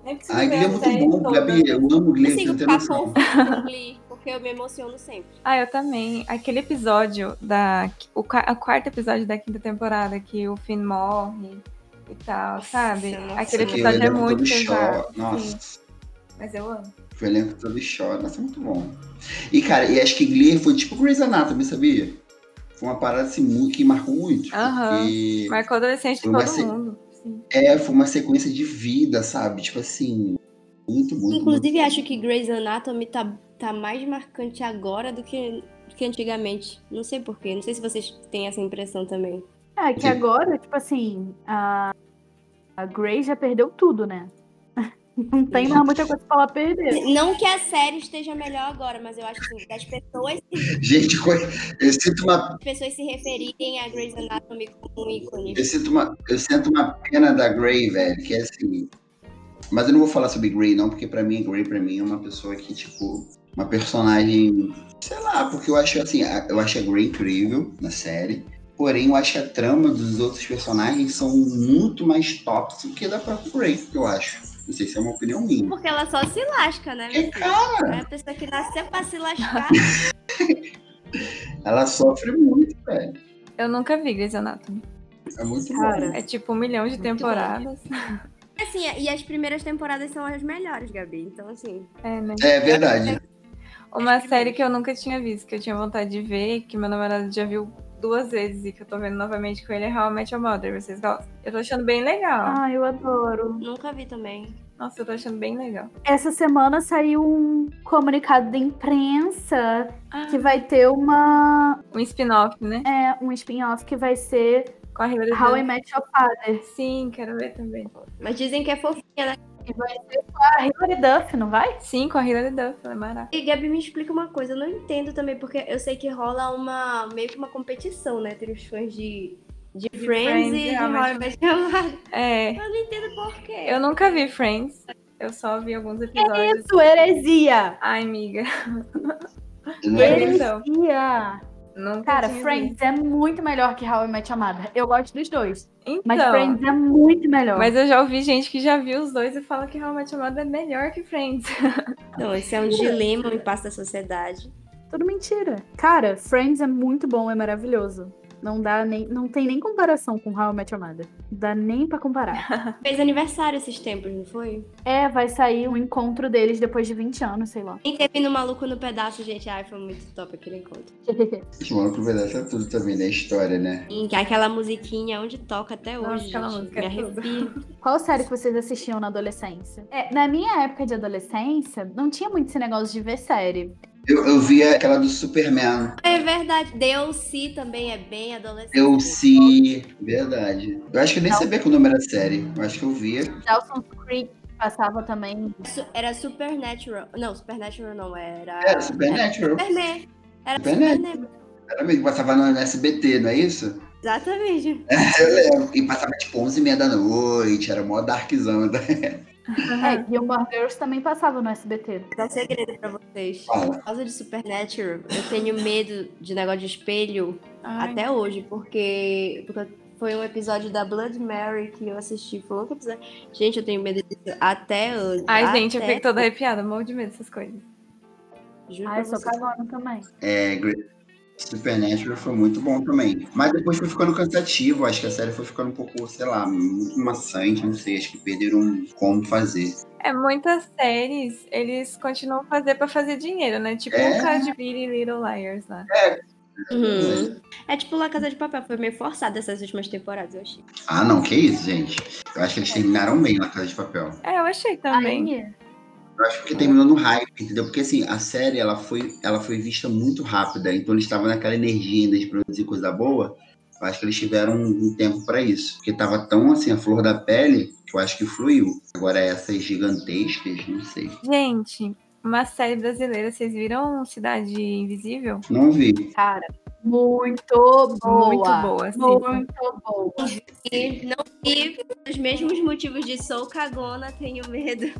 S2: Nem preciso
S3: Ai,
S2: ver
S3: Glee é
S2: a
S3: muito
S2: série
S3: bom,
S2: toda.
S3: Gabi, eu amo Glee, você
S4: Consigo
S3: não tem
S4: ficar
S3: noção.
S4: confuso porque eu me emociono sempre.
S2: Ah, eu também. Aquele episódio da. O, qua- a quarto episódio da quinta temporada, que o Finn morre e tal, sabe?
S4: nossa.
S2: Aquele
S3: Porque
S2: episódio
S3: o
S2: é
S3: elenco
S2: muito
S3: todo
S2: pesado.
S3: chora. Nossa,
S2: Mas eu amo.
S3: o elenco todo chora. Nossa, é muito bom. E, cara, e acho que Glee foi tipo Grey's Anatomy, sabia? Foi uma parada assim, muito- que marcou muito.
S2: Aham.
S3: porque-
S2: Marcou adolescente de
S3: Mas
S2: todo
S3: se-
S2: mundo. Sim.
S3: É, foi uma sequência de vida, sabe? Tipo assim, muito, muito.
S4: Inclusive,
S3: muito.
S4: acho que Grey's Anatomy tá, tá mais marcante agora do que, do que antigamente. Não sei porquê. Não sei se vocês têm essa impressão também.
S1: É, que
S3: Sim.
S1: agora, tipo assim, a, a Grey já perdeu tudo, né? Não tem mais muita coisa pra ela perder.
S4: Não que a série esteja melhor agora, mas eu acho assim, das pessoas,
S3: Gente, co- eu sinto uma.
S4: as pessoas se referirem a Grey's Anatomy como um ícone.
S3: Eu sinto uma. Eu sinto uma pena da Grey, velho, que é assim. Mas eu não vou falar sobre Grey, não, porque pra mim, Grey, pra mim, é uma pessoa que, tipo, uma personagem. Sei lá, porque eu acho assim, a- eu acho a Grey incrível na série. Porém, eu acho que a trama dos outros personagens são muito mais tops do que a da própria Grey, eu acho. Não sei se é uma opinião minha.
S4: Porque ela só se lasca, né,
S3: Porque,
S4: minha filha?
S3: cara,
S4: É a pessoa que nasceu pra se lascar.
S3: ela sofre muito, velho.
S2: Eu nunca vi Grey's Anatomy.
S3: É muito
S1: Cara,
S3: bom.
S2: É tipo um milhão de
S4: Muito bom.
S2: temporadas.
S4: E, assim, e as primeiras temporadas são as melhores, Gabi. Então, assim,
S2: É, né?
S3: É verdade.
S2: Uma série que eu nunca tinha visto, que eu tinha vontade de ver, que meu namorado já viu duas vezes e que eu tô vendo novamente com ele é How I Met Your Mother. Vocês gostam? Eu tô achando bem legal.
S1: Ah, eu adoro.
S4: Nunca vi também.
S2: Nossa, eu tô achando bem legal.
S1: Essa semana saiu um comunicado da imprensa
S2: Ah,
S1: que vai ter uma
S2: um spin-off, né?
S1: é, um spin-off que vai ser
S2: Com a
S1: How I
S2: rivalidade.
S1: Met Your Father.
S2: Sim, quero ver também.
S4: Mas dizem que é fofinha, né?
S1: E vai ser com a Ah, Hilary Duff, não vai?
S2: Sim, com a Hilary Duff, ela é maravilhosa.
S4: E Gabi, me explica uma coisa, eu não entendo também, porque eu sei que rola uma meio que uma competição, né? Entre os fãs de, de, Friends,
S2: Friends,
S4: e de
S2: ah, mas-
S4: How I Met Your Mother.
S2: É,
S4: Eu não entendo por quê.
S2: eu nunca vi Friends. Eu só vi alguns episódios.
S1: Isso, heresia!
S2: Ai, amiga.
S3: Eu não é
S2: Ele-
S3: lembro.
S2: Então.
S1: Heresia!
S2: Nunca
S1: Cara,
S2: tinha visto.
S1: Friends é muito melhor que How I Met Your Mother. Eu gosto dos dois.
S2: Então,
S1: Mas Friends é muito melhor.
S2: mas eu já ouvi gente que já viu os dois e fala que How I Met Your Mother é melhor que Friends.
S4: Não, esse é um dilema, um impasse da sociedade.
S1: Tudo mentira. Cara, Friends é muito bom, é maravilhoso. Não dá nem. Não tem nem comparação com How I Met Your Mother. Não dá nem pra comparar.
S4: Fez aniversário esses tempos, não foi?
S1: é, vai sair um encontro deles depois de 20 anos, sei lá.
S4: Quem teve no Maluco no Pedaço, gente, ai, foi muito top aquele encontro.
S3: Esse maluco vai dar tudo também da história, né?
S4: E aquela musiquinha é onde toca até
S2: Nossa,
S4: hoje,
S2: aquela
S4: gente,
S2: música
S4: me
S2: é tudo.
S4: arrepia.
S1: Qual série que vocês assistiam na adolescência? É, na minha época de adolescência, não tinha muito esse negócio de ver série.
S3: Eu, eu vi aquela do Superman.
S4: É verdade, DLC também é bem adolescente.
S3: Eu sim. Verdade. Eu acho que eu nem
S1: Não.
S3: sabia que o nome era série. Eu acho que eu via.
S1: Dawson's Creek passava também.
S4: Su- Era Supernatural. Não, Supernatural não, era.
S3: Era É, Supernatural.
S4: Superman. Era
S3: Supernatural.
S4: Superman.
S3: Era mesmo que passava no SBT, não é isso?
S4: Exatamente.
S3: Eu lembro. E passava tipo 11 e meia da noite. Era mó darkzão. Né?
S1: É, Gilmore Girls também passava no SBT.
S4: Dá um segredo pra vocês.
S3: Fala.
S4: Por causa de Supernatural, eu tenho medo de negócio de espelho
S2: Ai,
S4: até hoje, porque, porque foi um episódio da Blood Mary que eu assisti. Foi um outro episódio. Gente, eu tenho medo disso até hoje.
S2: Ai, gente, eu
S4: até
S2: fico toda arrepiada, morro de medo dessas coisas.
S4: Juro
S1: Ah, eu
S4: pra
S1: sou
S4: vocês.
S1: cagona também.
S3: É, Gre- Supernatural foi muito bom também. Mas depois foi ficando cansativo. Acho que a série foi ficando um pouco, sei lá, muito maçante. Não sei. Acho que perderam um como fazer.
S2: É, muitas séries eles continuam a fazer pra fazer dinheiro, né? Tipo
S3: É.
S2: o caso de Pretty Little Liars lá.
S4: Uhum. É tipo La Casa de Papel, foi meio forçada essas últimas temporadas, eu achei.
S3: Ah, não. Que isso, gente. Eu acho que eles terminaram bem na Casa de Papel.
S2: É, eu achei também.
S1: Aí,
S3: Eu acho que terminou no hype, entendeu? Porque assim, a série ela foi, ela foi vista muito rápida, então eles estavam naquela energia ainda de produzir coisa boa. Eu acho que eles tiveram um, um tempo pra isso, porque tava tão assim a flor da pele que eu acho que fluiu. Agora essas gigantescas, não sei.
S2: Gente, uma série brasileira, vocês viram Cidade Invisível?
S3: Não vi.
S1: cara, muito boa.
S2: Muito boa, assim. sim.
S1: Muito boa.
S4: E não vi, pelos mesmos motivos de sou cagona, tenho medo.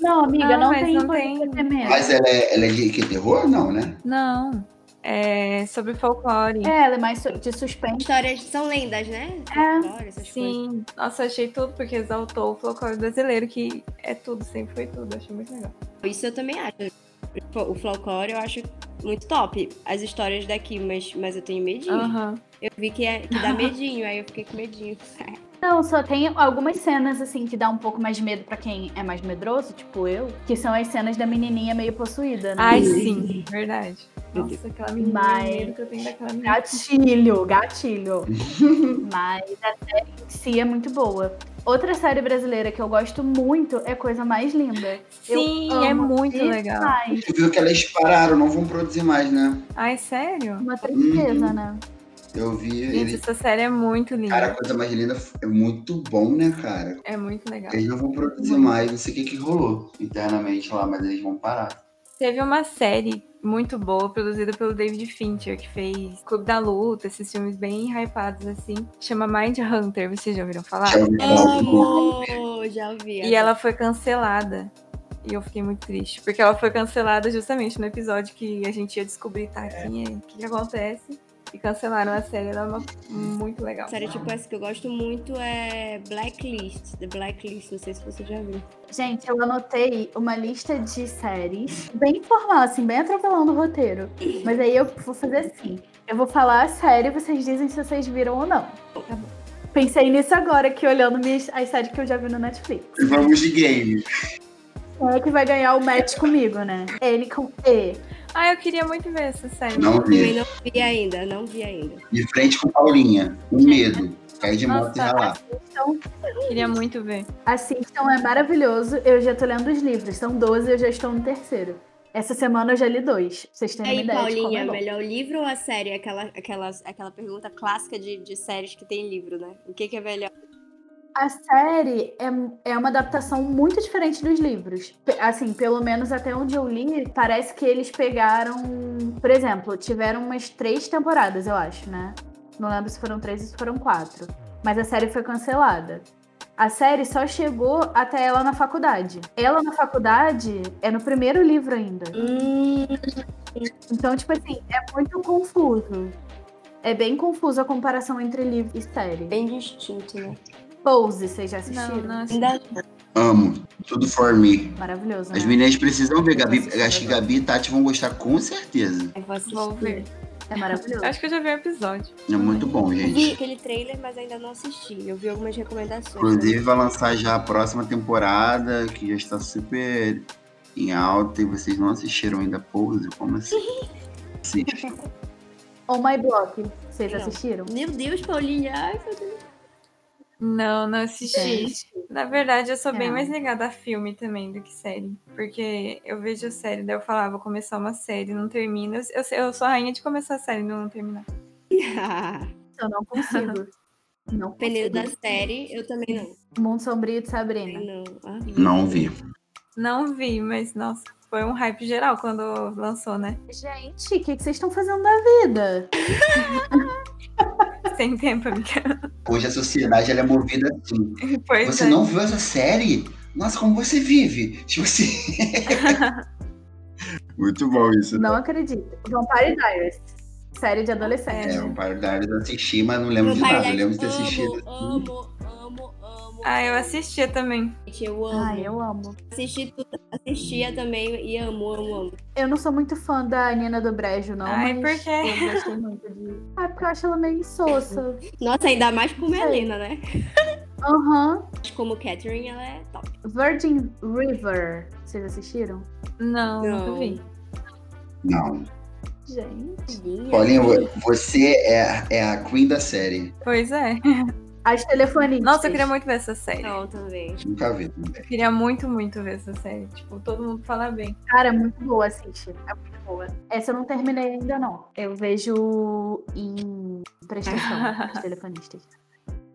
S1: Não, amiga,
S2: Ah,
S1: não
S2: mas
S1: tem
S2: não
S1: por
S2: tem.
S1: que ter medo.
S3: Mas ela é, ela é de que terror? Não, né?
S2: Não. É sobre folclore.
S1: É, ela é mais su- de suspense.
S4: Histórias são lendas, né?
S1: É.
S4: Folclore, essas coisas.
S2: Sim, nossa, eu achei tudo porque exaltou o folclore brasileiro, que é tudo, sempre foi tudo, achei muito legal.
S4: Isso eu também acho. Tipo, O folclore eu acho muito top. As histórias daqui, mas, mas eu tenho medinho.
S2: Aham.
S4: Eu vi que, é- que dá medinho, aí eu fiquei com medinho.
S1: Não, só tem algumas cenas, assim, que dá um pouco mais de medo pra quem é mais medroso, tipo eu, que são as cenas da menininha meio possuída, né?
S2: Ai, sim, verdade. Nossa, aquela menina,
S1: Mas-
S2: o medo que eu tenho daquela menina.
S1: Gatilho, gatilho. Mas a série em si é muito boa. Outra série brasileira que eu gosto muito é Coisa Mais Linda. Eu
S2: Sim, é
S1: amo
S2: muito
S1: demais.
S2: legal.
S3: Tu viu que elas pararam, não vão produzir mais, né?
S2: Ai, sério?
S1: Uma tristeza, né?
S3: Eu vi
S2: Gente,
S3: eles.
S2: essa série é muito linda.
S3: Cara, a coisa mais linda é muito bom, né, cara?
S2: É muito legal.
S3: Eles não vão produzir mais, não sei o que, que rolou internamente lá, mas eles vão parar.
S2: Teve uma série muito boa produzida pelo David Fincher, que fez Clube da Luta, esses filmes bem hypados assim. Chama Mind Hunter, vocês já ouviram falar?
S3: Já ouvi
S4: é,
S3: falar do nome.
S4: Amo! Já ouvi.
S2: E ela foi cancelada. E eu fiquei muito triste, porque ela foi cancelada justamente no episódio que a gente ia descobrir, tá
S3: É.
S2: aqui, o que, que acontece. E cancelaram a série, ela é uma-
S3: Hum.
S2: muito legal.
S4: A série tipo essa que eu gosto muito é Blacklist. The Blacklist, não sei se você já viu.
S1: Gente, eu anotei uma lista de séries bem formal, assim, bem atropelando o roteiro. Mas aí eu vou fazer assim. Eu vou falar a série e vocês dizem se vocês viram ou não. Tá bom. Pensei nisso agora, que olhando minhas- as séries que eu já vi no Netflix.
S3: Vamos de game.
S1: é que vai ganhar o match comigo, né? Ele com E.
S2: Ah, eu queria muito ver essa série.
S3: Não
S4: Também
S3: vi.
S4: não vi ainda, não vi ainda.
S3: De frente com Paulinha. O medo. Cair de moto e
S2: Nossa,
S3: ralar.
S1: Então,
S2: Queria muito ver.
S1: assistam, é maravilhoso. Eu já tô lendo os livros, são 12 eu já estou no terceiro. Essa semana eu já li dois. pra Vocês
S4: E
S1: têm uma
S4: aí,
S1: ideia de como é
S4: Paulinha,
S1: bom.
S4: melhor o livro ou a série? Aquela, aquela, aquela pergunta clássica de, de séries que tem livro, né? O que, que é melhor?
S1: A série é, é uma adaptação muito diferente dos livros. Pe- Assim, pelo menos até onde eu li, parece que eles pegaram. Por exemplo, tiveram umas três temporadas, eu acho, né? Não lembro se foram três ou se foram quatro. Mas a série foi cancelada. A série só chegou até ela na faculdade. Ela na faculdade é no primeiro livro ainda.
S4: Hum,
S1: Então, tipo assim, é muito confuso. É bem confuso a comparação entre livro e série.
S4: bem distinto, né?
S1: Pose, vocês já
S2: Não,
S1: assistiram?
S2: não assisti.
S4: Ainda
S3: Amo. Tudo for me.
S1: Maravilhoso,
S3: As
S1: né?
S3: meninas precisam ver,
S1: Eu tô
S3: Gabi.
S1: assistindo
S3: Acho que Gabi e Tati vão gostar com certeza.
S4: eu vou assistir.
S2: Vou ver.
S1: É maravilhoso.
S2: Acho que eu já vi um episódio.
S3: É muito bom,
S4: Eu Vi
S3: gente.
S4: aquele trailer, mas ainda não assisti. Eu vi algumas recomendações.
S3: Inclusive, vai lançar já a próxima temporada, que já está super em alta e vocês não assistiram ainda Pose. Como assim? Assistam.
S1: On Oh, My Block, vocês
S4: Não.
S1: assistiram?
S4: Meu Deus, Paulinha. Ai, meu Deus.
S2: Não, não assisti. Na verdade, eu sou bem
S1: Não.
S2: mais ligada a filme também do que série. Porque eu vejo série, daí eu falava, vou começar uma série, não termina. Eu, eu, eu sou a rainha de começar a série e não terminar.
S1: Eu Então, não consigo. Não
S4: Peneiro da
S1: consigo.
S4: série, eu também não.
S1: Mundo Sombrio de
S4: Ai,
S1: Sabrina.
S4: não. Ah,
S3: Não vi.
S2: Não vi, mas nossa, foi um hype geral quando lançou, né?
S1: Gente, o que, que vocês estão fazendo da vida?
S2: Sem tempo, amiga.
S3: Hoje a sociedade ela é movida assim.
S2: Pois
S3: Você
S2: é.
S3: não viu essa série? Nossa, como você vive? Tipo assim. Muito bom isso.
S1: Não acredito. Vampire Diaries. Série de adolescente.
S3: É, o Paradise eu assisti, mas não lembro de
S4: Vampire
S3: nada. Eu lembro de ter
S4: Diaries,
S3: assistido. assim.
S4: Amo, amo, amo, amo.
S2: Ah, eu assistia também.
S4: Gente, Ah, eu amo.
S1: Ai, eu amo.
S4: Assisti tudo, assistia também e amo, amo, amo.
S1: Eu não sou muito fã da Nina do Brejo, não.
S2: Ai, por
S1: mas
S2: quê?
S1: Eu gostei muito de. Ah, porque eu acho ela meio insossa.
S4: Nossa, ainda mais como Helena, né?
S1: Aham.
S4: Mas Como Catherine, ela é top.
S1: Virgin River. Vocês assistiram?
S2: Não,
S4: Não.
S2: nunca vi.
S3: Não.
S1: Gente.
S3: Paulinha, vo- você é, a- é a queen da série.
S2: Pois é.
S1: As telefonistas.
S2: Nossa, eu queria muito ver essa série.
S4: Não, também.
S3: Nunca vi também.
S2: Eu queria muito, muito ver essa série. Tipo, todo mundo fala bem.
S1: Cara, é muito boa, assiste. É muito boa. Essa eu não terminei ainda, não. Eu vejo em prestação os telefonistas.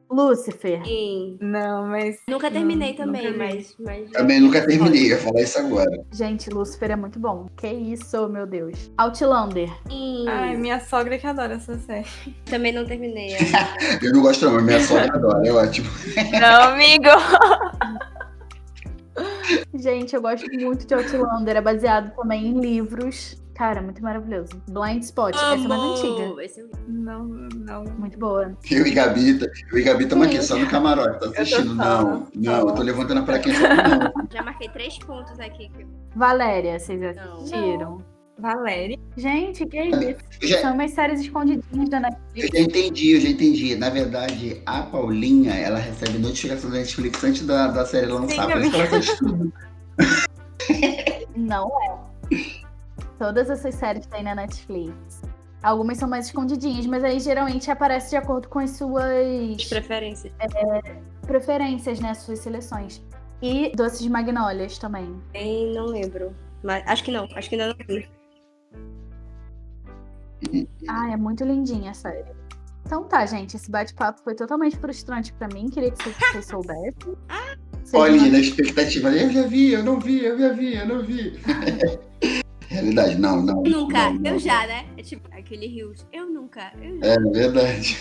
S1: Lúcifer.
S4: Sim.
S2: Não, mas.
S4: Nunca terminei
S2: Não,
S4: também,
S2: nunca vi.
S4: mas, mas.
S3: Também nunca terminei, eu ia falar isso agora.
S1: Gente, Lúcifer é muito bom. Que isso, meu Deus. Outlander.
S4: Sim.
S2: Ai, minha sogra que adora essa série.
S4: Também não terminei. é. ainda.
S3: Eu não gosto, não, mas minha sogra adora, é ótimo.
S2: Não, amigo!
S1: Gente, eu gosto muito de Outlander. É baseado também em livros. Cara, é muito maravilhoso. Blind Spot. Essa é mais antiga.
S4: Amo! Esse é o
S2: Não, não.
S1: Muito boa.
S3: Eu e Gabi, eu e Gabi estamos aqui só no camarote, tá assistindo.
S2: só,
S3: Não, não, eu tô levantando pra quem só não.
S4: Já marquei três pontos aqui. que eu-
S1: Valéria, vocês
S4: Não.
S1: assistiram?
S2: Valéria?
S1: Gente, que isso?
S3: Eu já,
S1: São umas séries escondidinhas da
S3: eu
S1: Netflix.
S3: já entendi, eu já entendi. Na verdade, a Paulinha, ela recebe notificação da Netflix antes da, da série lançar,
S2: Sim,
S3: por isso que ela assiste tudo.
S1: Não é. Todas essas séries que tem na Netflix. Algumas são mais escondidinhas, mas aí geralmente aparece de acordo com as
S4: As
S1: suas
S4: preferências.
S1: preferências, né? Suas seleções. E Doces de Magnólias
S2: Uhum.
S1: também.
S4: Bem, não lembro. Mas acho que não. Acho que ainda não vi.
S1: Ah, é muito lindinha a série. Então tá, gente. Esse bate-papo foi totalmente frustrante pra mim. Queria que vocês- vocês soubessem. Vocês
S3: Paulinha, na expectativa, eu já vi, eu não vi, eu já vi, eu não vi. Realidade, não, não.
S4: Nunca.
S3: não, não.
S4: Eu já, né? É tipo aquele rios. Eu nunca. Eu já.
S3: É verdade.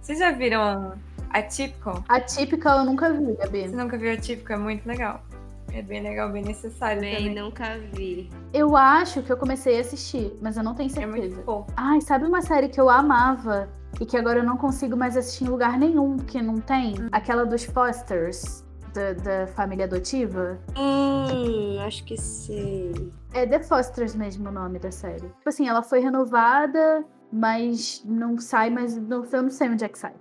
S2: Vocês já viram a Atípico?
S1: A típica eu nunca vi,
S2: Você
S1: Gabi.
S2: nunca viu Atípico? É muito legal. É bem legal, bem necessário
S4: Também
S2: também.
S4: nunca vi.
S1: Eu acho que eu comecei a assistir, mas eu não tenho
S2: É
S1: certeza.
S2: muito pouco.
S1: Ai, sabe uma série que eu amava e que agora eu não consigo mais assistir em lugar nenhum, porque não tem? Aquela dos Fosters, da, da família adotiva.
S4: Hum, acho que sim.
S1: É The Fosters mesmo o nome da série. Tipo assim, ela foi renovada, mas não sai, mas não, eu não sei onde é que sai.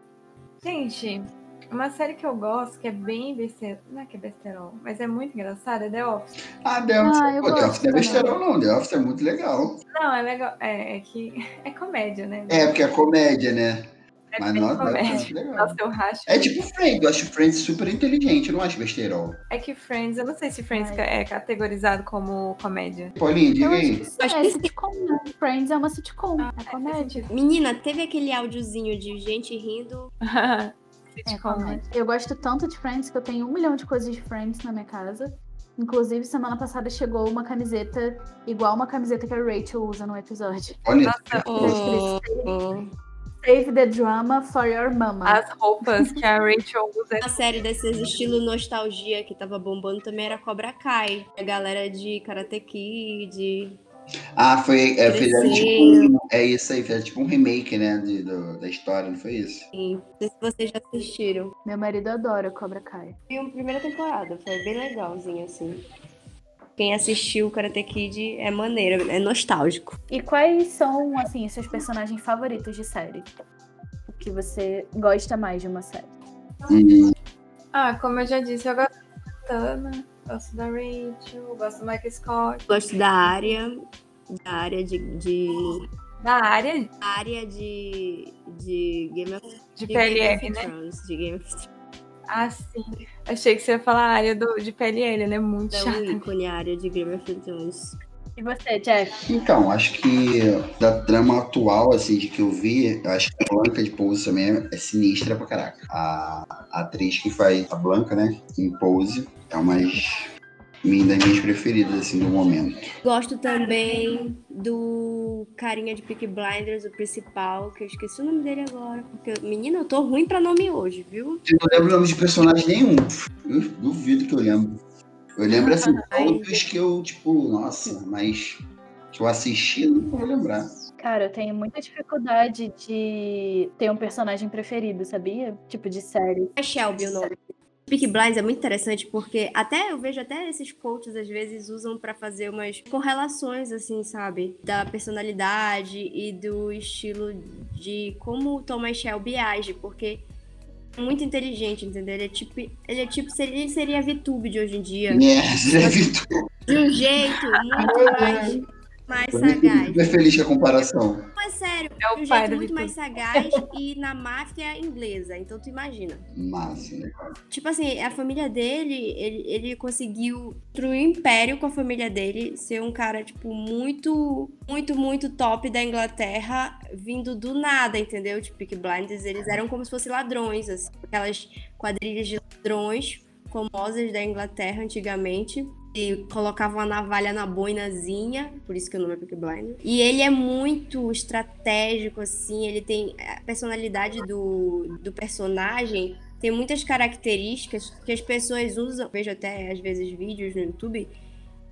S2: Gente, Uma série que eu gosto, que é bem besteira. Não é que é besterol, mas é muito engraçada, é The Office.
S3: Ah, The Office.
S1: Ah, eu
S3: Pô, The
S1: gosto
S3: Office não é
S1: também.
S3: besteirão, não. The Office é muito legal.
S2: Não, é legal. É, é que é comédia, né?
S3: É, porque é comédia, né?
S2: É
S3: Mas
S2: bem
S3: não, The Office é
S2: comédia.
S3: muito legal.
S2: Nossa, eu racho.
S3: É tipo Friends, eu acho Friends super inteligente, eu não acho besteirol.
S2: É que Friends, eu não sei se Friends
S1: Ai.
S2: ca- é categorizado como comédia.
S3: Paulinho, diga
S1: Eu acho
S3: aí.
S1: que isso é sitcom, né? Friends é uma sitcom. é comédia.
S4: Menina, teve aquele áudiozinho de gente rindo.
S1: É
S2: Sitcom, né?
S1: comédia. Eu gosto tanto de Friends que eu tenho um milhão de coisas de Friends na minha casa. Inclusive, semana passada chegou uma camiseta igual uma camiseta que a Rachel usa no episódio.
S3: Olha,
S2: Nossa,
S4: Oh, oh.
S1: Save the drama for your mama.
S2: as roupas que a Rachel usa.
S4: Uma série desses estilo nostalgia que tava bombando também era Cobra Kai. A galera de Karate Kid.
S3: ah, foi, é, fizeram tipo
S4: Cresceu.
S3: um, é isso aí, fizeram tipo um remake, né, de- do- da história, não foi isso?
S4: Sim. Não sei se vocês já assistiram.
S1: Meu marido adora Cobra Kai.
S4: Vi a primeira temporada, foi bem legalzinho assim. Quem assistiu Karate Kid é maneiro, é nostálgico.
S1: E quais são, assim, seus personagens favoritos de série? O que você gosta mais de uma série?
S3: Hum,
S2: Ah, como eu já disse, eu gosto da Santana, gosto da Rachel, gosto do Michael Scott.
S4: Gosto da área, da área de, de
S2: Da área
S4: área de, de Game of
S2: de
S4: de Game
S2: PLR,
S4: of
S2: né?
S4: Thrones, de Game of Thrones.
S2: Ah, sim. Achei que você ia falar a área do, de PLL, ela é muito
S4: É
S2: chata.
S4: um ícone a área de Game of Thrones.
S1: E você, Jeff?
S3: Então, acho que da trama atual, assim, de que eu vi, eu acho que a Blanca de Pouso também é- é sinistra pra caraca. A, a atriz que faz a Blanca, né, em Pose, é uma das minha- das minhas preferidas, assim, do momento.
S4: Gosto também do carinha de Peak Blinders, o principal, que eu esqueci o nome dele agora. Porque, menina, eu tô ruim pra nome hoje, viu?
S3: Eu não lembro o nome de personagem nenhum. Eu duvido que eu lembro. Eu lembro, assim,
S4: Ai,
S3: todos que eu, tipo, nossa, mas que eu assisti, eu nunca vou lembrar.
S1: Cara, eu tenho muita dificuldade de ter um personagem preferido, sabia? Tipo de série.
S4: É Shelby o nome. Peak Blinds é muito interessante porque até eu vejo até esses coaches às vezes usam pra fazer umas correlações assim, sabe, da personalidade e do estilo de como o Thomas Shelby age, porque é muito inteligente, entendeu? Ele é tipo, ele é tipo, seria, ele seria a VTube de hoje em dia,
S3: É, Zé Vitor,
S4: de um jeito muito mais mais
S3: eu fico
S4: sagaz.
S3: super é feliz com a comparação.
S4: Mas sério,
S2: É
S4: de um
S2: o pai
S4: jeito
S2: do
S4: muito
S2: Vitor.
S4: mais sagaz e na máfia inglesa. Então tu imagina.
S3: Massa, né?
S4: Tipo assim, a família dele, ele, ele conseguiu construir um império com a família dele, ser um cara, tipo, muito, muito, muito top da Inglaterra, vindo do nada, entendeu? Tipo, Peak Blinders, eles eram como se fossem ladrões, assim, aquelas quadrilhas de ladrões famosas da Inglaterra antigamente. E colocavam a navalha na boinazinha, por isso que o nome é Peak Blinders. E ele é muito estratégico, assim, ele tem a personalidade do, do personagem tem muitas características que as pessoas usam, vejo até às vezes vídeos no YouTube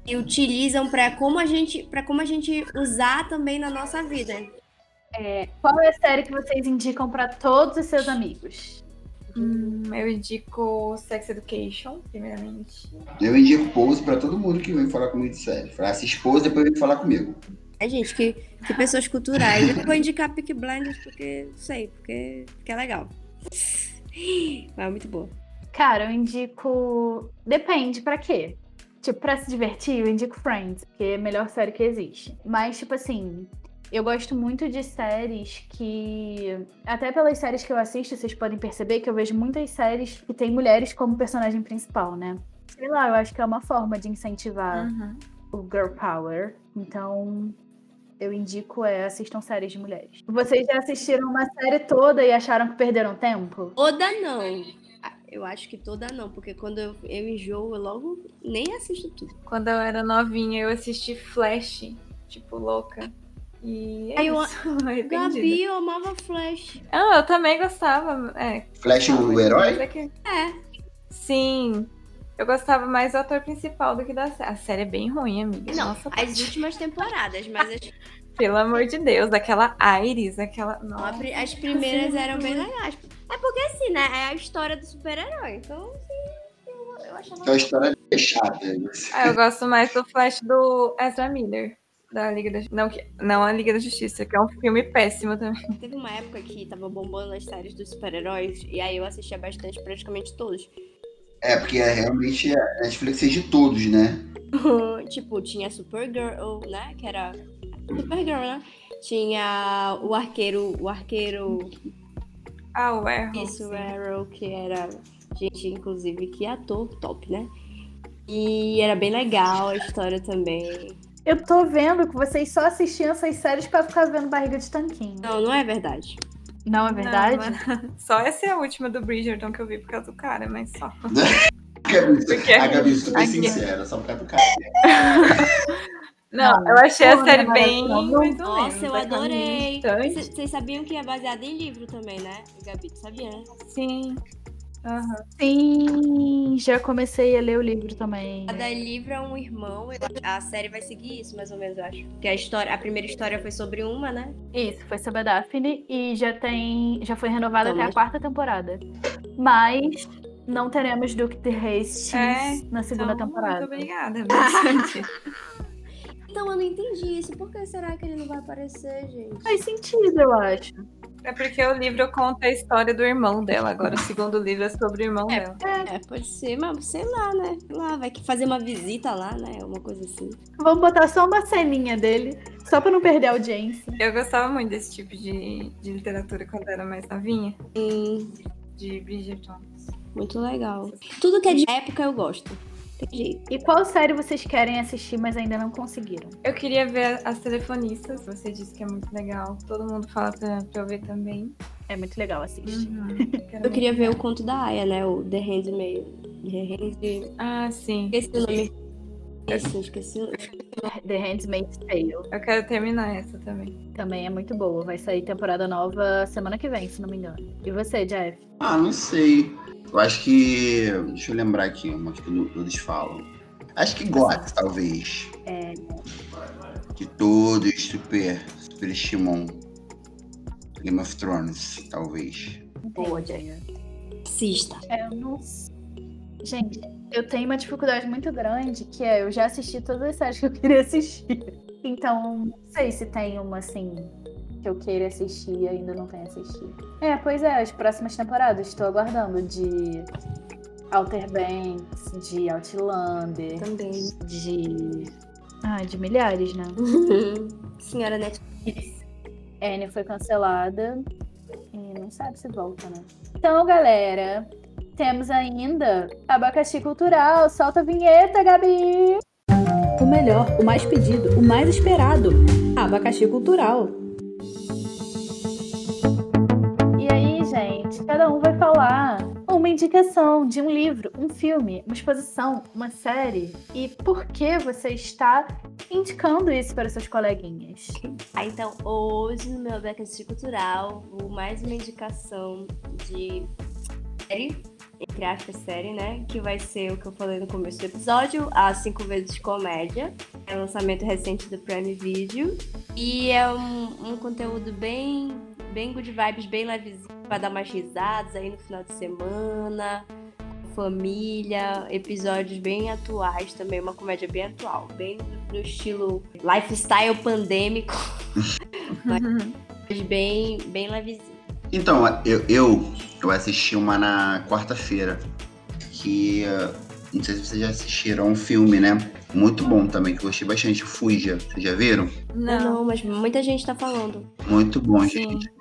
S4: e utilizam para como a gente, para como a gente usar também na nossa vida.
S1: Qual é a série que vocês indicam pra todos os seus amigos?
S2: Hum, eu indico Sex Education, primeiramente.
S3: Eu indico Pose pra todo mundo que vem falar comigo de série. Falar, assiste Pose, depois vem falar comigo.
S4: É gente que, que pessoas culturais. Eu vou indicar Peak Blinders porque não sei, porque, porque é legal. Mas é muito boa.
S1: Cara, eu indico. Depende pra quê? Tipo, pra se divertir, eu indico Friends, que é a melhor série que existe. Mas, tipo assim, eu gosto muito de séries que. Até pelas séries que eu assisto, vocês podem perceber que eu vejo muitas séries que tem mulheres como personagem principal, né? Sei lá, eu acho que é uma forma de incentivar
S2: Uhum.
S1: o Girl Power. Então, eu indico é assistam séries de mulheres. Vocês já assistiram uma série toda e acharam que perderam tempo?
S4: Toda não. Ah, Eu acho que toda não, porque quando eu, eu enjoo, eu logo nem assisto tudo.
S2: Quando eu era novinha, eu assisti Flash, tipo, louca. E é
S4: Ai, eu-
S2: isso. arrependida.
S4: Gabi, eu amava Flash.
S2: Ah, eu também gostava. É,
S3: Flash, o herói?
S2: Só que-
S4: É.
S2: Sim. Eu gostava mais do ator principal do que da série. A série é bem ruim, amiga.
S4: Não,
S2: Nossa,
S4: as últimas temporadas, mas as
S2: pelo amor de Deus. Daquela Iris, daquela.
S4: Não, a
S2: Nossa.
S4: pri- As primeiras eram bem legais. É porque assim, né? É a história do super-herói. Então, assim, eu, eu achava.
S3: Então a história é fechada.
S2: Ah, eu gosto mais do Flash do Ezra Miller. da Liga da Justiça. Não, que- não a Liga da Justiça, que é um filme péssimo também.
S4: Teve uma época que tava bombando as séries dos super-heróis, e aí eu assistia bastante, praticamente todos.
S3: É, porque é, realmente a Netflix é de todos, né?
S4: tipo, tinha Supergirl, né? Que era. Supergirl, né? Tinha o arqueiro. O arqueiro.
S2: Ah, o Arrow.
S4: Isso, é
S2: sim.
S4: Arrow, que era. Gente, inclusive, que ator top, né? E era bem legal a história também.
S1: Eu tô vendo que vocês só assistiam essas séries pra ficar vendo barriga de tanquinho.
S4: Não, não é verdade.
S1: Não é verdade?
S2: Não, mas- Só essa é a última do Bridgerton que eu vi por causa do cara, mas só.
S3: Gabi,
S2: Porque-
S3: a Gabi é super
S2: Aqui.
S3: sincera, só por causa do cara.
S2: Não, eu achei a
S1: Não,
S2: série
S1: não,
S2: bem.
S1: não, não.
S2: mais ou menos,
S4: né, Nossa, eu
S2: vai ficar
S4: adorei.
S2: distante.
S4: Vocês vocês sabiam que é baseado em livro também, né? Gabi, tu sabia, né?
S2: Sim. Aham.
S1: Sim, já comecei a ler o livro também.
S4: Cada livro é um irmão, a série vai seguir isso, mais ou menos, eu acho. Porque a história, a primeira história foi sobre uma, né?
S1: Isso, foi sobre a Daphne e já tem. já foi
S2: Tá
S1: renovada até a
S4: Thomas.
S1: quarta temporada. Mas não teremos Duke de Reis
S2: É,
S1: na segunda
S2: Então,
S1: temporada.
S2: Muito obrigada. bastante.
S4: Então eu não entendi isso. Por que será que ele não vai aparecer, gente?
S1: Faz sentido, eu acho.
S2: é porque o livro conta a história do irmão dela agora. O segundo livro é sobre o irmão dela.
S4: É, pode ser, mas sei lá, né? Lá vai que fazer uma visita lá, né? Uma coisa assim.
S1: Vamos botar só uma ceninha dele, só pra não perder a audiência.
S2: Eu gostava muito desse tipo de, de literatura quando era mais novinha.
S4: Hum,
S2: De Bridgerton.
S4: muito legal. Tudo que é de época eu gosto. Tem jeito.
S1: E qual série vocês querem assistir, mas ainda não conseguiram?
S2: Eu queria ver As Telefonistas. Você disse que é muito legal. Todo mundo fala pra, pra eu ver também.
S1: É muito legal assistir.
S2: Quero
S4: Eu queria ver o conto da Aya, né? O The Handmaid. The Hand...
S2: muito. Ah, sim.
S4: Esqueci o nome. Esqueci, esqueci. o-
S2: Uhum.
S1: The Handmaid's Tale
S2: Eu quero terminar essa também.
S1: também é muito boa. Vai sair temporada nova semana que vem, se não me engano. E você, Jeff?
S3: Ah, não sei. Eu acho que. Deixa eu lembrar aqui uma que todo- todos falam. Acho que Gots, talvez.
S1: É.
S3: Que todos super, superestimam. Game of Thrones, talvez.
S1: Boa, Jeff.
S4: Assista.
S1: É, eu não. s- Gente, eu tenho uma dificuldade muito grande que é eu já assisti todas as séries que eu queria assistir. Então, não sei se tem uma assim que eu queira assistir e ainda não tenho assistido. É, pois é, as próximas temporadas estou aguardando de Outer Banks, de Outlander,
S4: Também.
S1: de. Ah, de milhares, né?
S4: Senhora Net.
S1: Anne foi cancelada e não sabe se volta, né? Então, galera, temos ainda Abacaxi Cultural. Solta a vinheta, Gabi!
S5: O melhor, o mais pedido, o mais esperado. Abacaxi Cultural.
S1: E aí, gente, cada um vai falar uma indicação de um livro, um filme, uma exposição, uma série e por que você está indicando isso para seus coleguinhas.
S4: Ah, então, hoje no meu Abacaxi Cultural, vou mais uma indicação de série, entre aspas, série, né? Que vai ser o que eu falei no começo do episódio, a Cinco Vezes Comédia. É um lançamento recente do Prime Video. E é um, um conteúdo bem, bem good vibes, bem levezinho, pra dar umas risadas aí no final de semana. Família, episódios bem atuais também, uma comédia bem atual, bem no estilo lifestyle pandêmico mas bem, bem levezinho.
S3: Então, eu, eu, eu assisti uma na quarta-feira. Que. eh, Não sei se vocês já assistiram. É um filme, né? Muito bom também, que eu gostei bastante. Fuja. Vocês já viram?
S2: Não.
S4: mas muita gente tá falando.
S3: Muito bom,
S2: Sim.
S3: gente.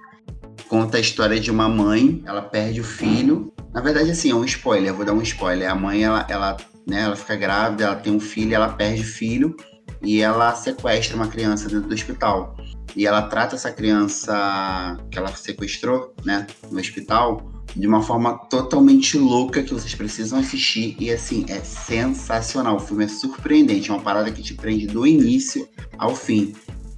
S3: Conta a história de uma mãe, ela perde o filho. Na verdade, assim, é um spoiler, eu vou dar um spoiler. A mãe, ela, ela, né, ela fica grávida, ela tem um filho, ela perde o filho e ela sequestra uma criança dentro do hospital. E ela trata essa criança que ela sequestrou, né, no hospital, de uma forma totalmente louca que vocês precisam assistir. E, assim, é sensacional. O filme é surpreendente, é uma parada que te prende do início ao fim.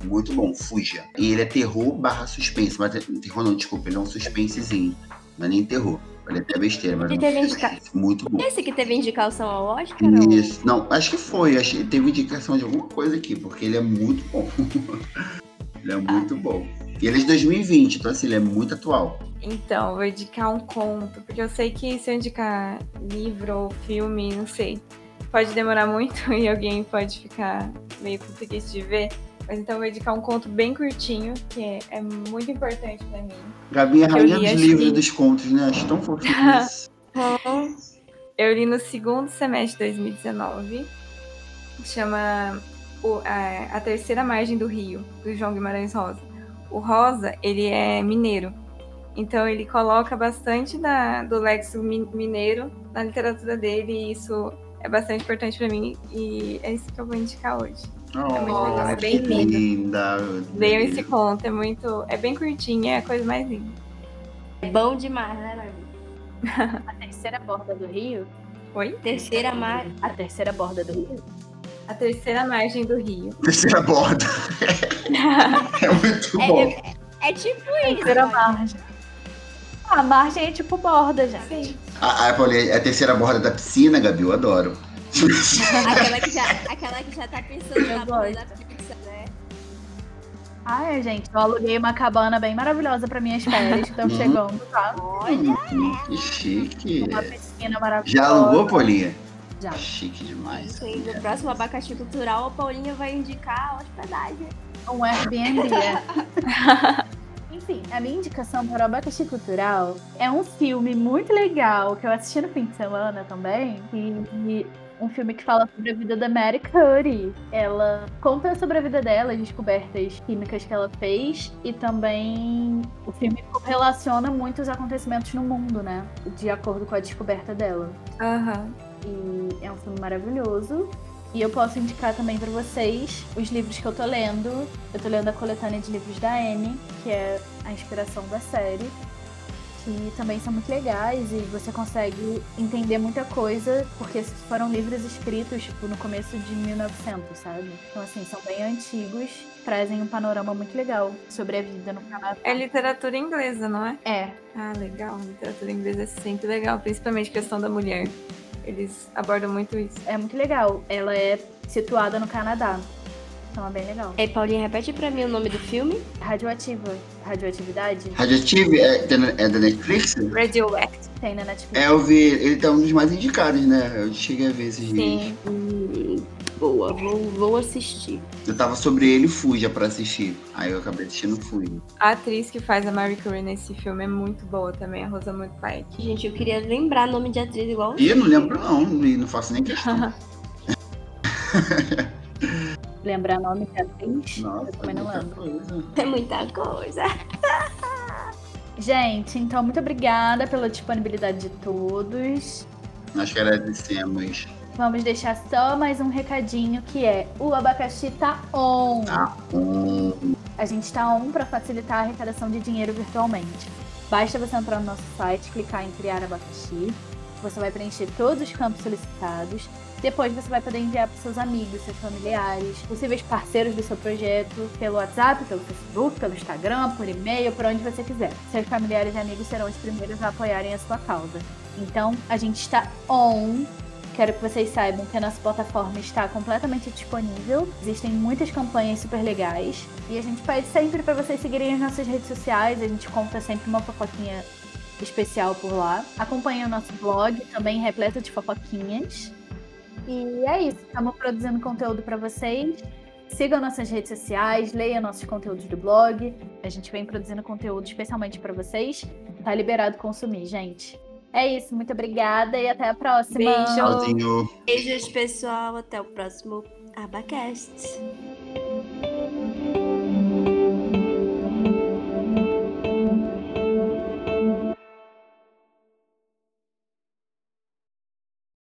S3: Muito bom, Fuja. E ele é terror barra suspense. Mas é- terror não, desculpa, ele é um suspensezinho. Não é nem terror. Ele é até besteira, mas é
S4: Ele teve
S3: um suspense. Muito bom.
S4: Esse é que teve indicação ao Oscar? ou-
S3: Isso. Não, acho que foi. Acho que teve indicação de alguma coisa aqui, porque ele é muito bom. ele é muito bom. E ele é de 2020, então assim, ele é muito atual.
S2: Então, vou indicar um conto, porque eu sei que se eu indicar livro ou filme, não sei, pode demorar muito e alguém pode ficar meio com preguiça de ver. Mas então eu vou indicar um conto bem curtinho, que é, é muito importante pra mim.
S3: Gabi é
S2: Eu
S3: rainha
S2: li,
S3: dos
S2: acho
S3: livros
S2: que-
S3: e dos contos, né? Acho tão fofinho isso.
S2: Eu li no segundo semestre de 2019. Chama o- a, a Terceira Margem do Rio, do João Guimarães Rosa. O Rosa, ele é mineiro. Então ele coloca bastante da- do lexo mi- mineiro na literatura dele e isso é bastante importante pra mim e é isso que eu vou indicar hoje. muito legal, é
S3: que
S2: bem lindo.
S3: linda.
S2: Leiam esse conto, é muito, é bem curtinho, é a coisa mais linda.
S4: É bom demais, né, Gabi?
S1: A terceira borda do rio?
S2: Oi?
S4: Terceira mar...
S1: A terceira borda do rio?
S2: A Terceira Margem do Rio.
S3: Terceira borda. é muito
S4: É,
S3: bom.
S4: é, é tipo isso.
S1: Terceira
S4: né?
S1: margem. A margem é tipo borda, já.
S2: Sim.
S3: A, a, Paulinha, a terceira borda da piscina, Gabi, eu adoro.
S4: Aquela que, já, aquela que já tá pensando
S1: Eu
S4: na porra da
S1: gosto.
S4: pizza, né?
S1: Ai, gente, eu aluguei uma cabana bem maravilhosa para minhas férias, que estão
S3: Uhum.
S1: chegando, tá?
S3: Hum, que chique.
S1: Uma piscina maravilhosa.
S3: Já alugou, Paulinha?
S1: Já.
S3: Chique demais.
S4: Isso aí, no próximo abacaxi cultural, a Paulinha vai indicar a hospedagem.
S1: Um Airbnb, é. Enfim, a minha indicação para o Abacaxi Cultural é um filme muito legal que eu assisti no fim de semana também. E, e um filme que fala sobre a vida da Mary Curry. Ela conta sobre a vida dela, as descobertas químicas que ela fez. E também o filme correlaciona muitos acontecimentos no mundo, né? De acordo com a descoberta dela.
S2: Aham.
S1: E é um filme maravilhoso. E eu posso indicar também pra vocês os livros que eu tô lendo. Eu tô lendo a coletânea de livros da Anne, que é a inspiração da série, que também são muito legais e você consegue entender muita coisa, porque foram livros escritos tipo no começo de 1900, sabe? Então assim, são bem antigos, trazem um panorama muito legal sobre a vida no Canadá.
S2: É literatura inglesa, não é?
S1: É,
S2: Ah, legal. Literatura inglesa é sempre legal, principalmente questão da mulher. Eles abordam muito isso.
S1: é muito legal. Ela é situada no Canadá. Então é bem legal.
S4: Ei, Paulinha, repete pra mim o nome do filme.
S1: Radioativa. Radioatividade
S3: Radioactive é, é da Netflix?
S2: Radioactive.
S1: tem na Netflix.
S3: É, eu vi. Ele tá um dos mais indicados, né? Eu cheguei a ver esses dias.
S2: Sim.
S4: Hum, boa, vou, vou assistir.
S3: Eu tava sobre ele e fui já pra assistir. Aí eu acabei assistindo fui.
S2: A atriz que faz a Mary Curry nesse filme é muito boa também, a Rosamund Pike.
S4: Gente, eu queria lembrar nome de atriz igual.
S3: E eu não lembro, não. E não faço nem questão.
S1: Lembrar nome de atriz?
S3: Nossa,
S1: eu também não
S3: muita
S1: lembro.
S3: coisa.
S4: É muita coisa.
S1: Gente, então muito obrigada pela disponibilidade de todos.
S3: Nós que agradecemos.
S1: Vamos deixar só mais um recadinho que é o abacaxi tá on.
S3: Um
S1: A gente tá on para facilitar a arrecadação de dinheiro virtualmente. Basta você entrar no nosso site, clicar em criar abacaxi. Você vai preencher todos os campos solicitados. Depois você vai poder enviar para seus amigos, seus familiares, possíveis parceiros do seu projeto, pelo WhatsApp, pelo Facebook, pelo Instagram, por e-mail, por onde você quiser. Seus familiares e amigos serão os primeiros a apoiarem a sua causa. Então, a gente está on. Quero que vocês saibam que a nossa plataforma está completamente disponível. Existem muitas campanhas super legais. E a gente pede sempre para vocês seguirem as nossas redes sociais. A gente conta sempre uma fofoquinha especial por lá. Acompanhem o nosso blog, também repleto de fofoquinhas. E é isso. Estamos produzindo conteúdo para vocês. Sigam nossas redes sociais, leiam nossos conteúdos do blog. A gente vem produzindo conteúdo especialmente para vocês. Tá liberado consumir, gente. É isso, muito obrigada e até a próxima.
S2: Beijo.
S3: tchauzinho.
S4: Beijos, pessoal. Até o próximo Abacast.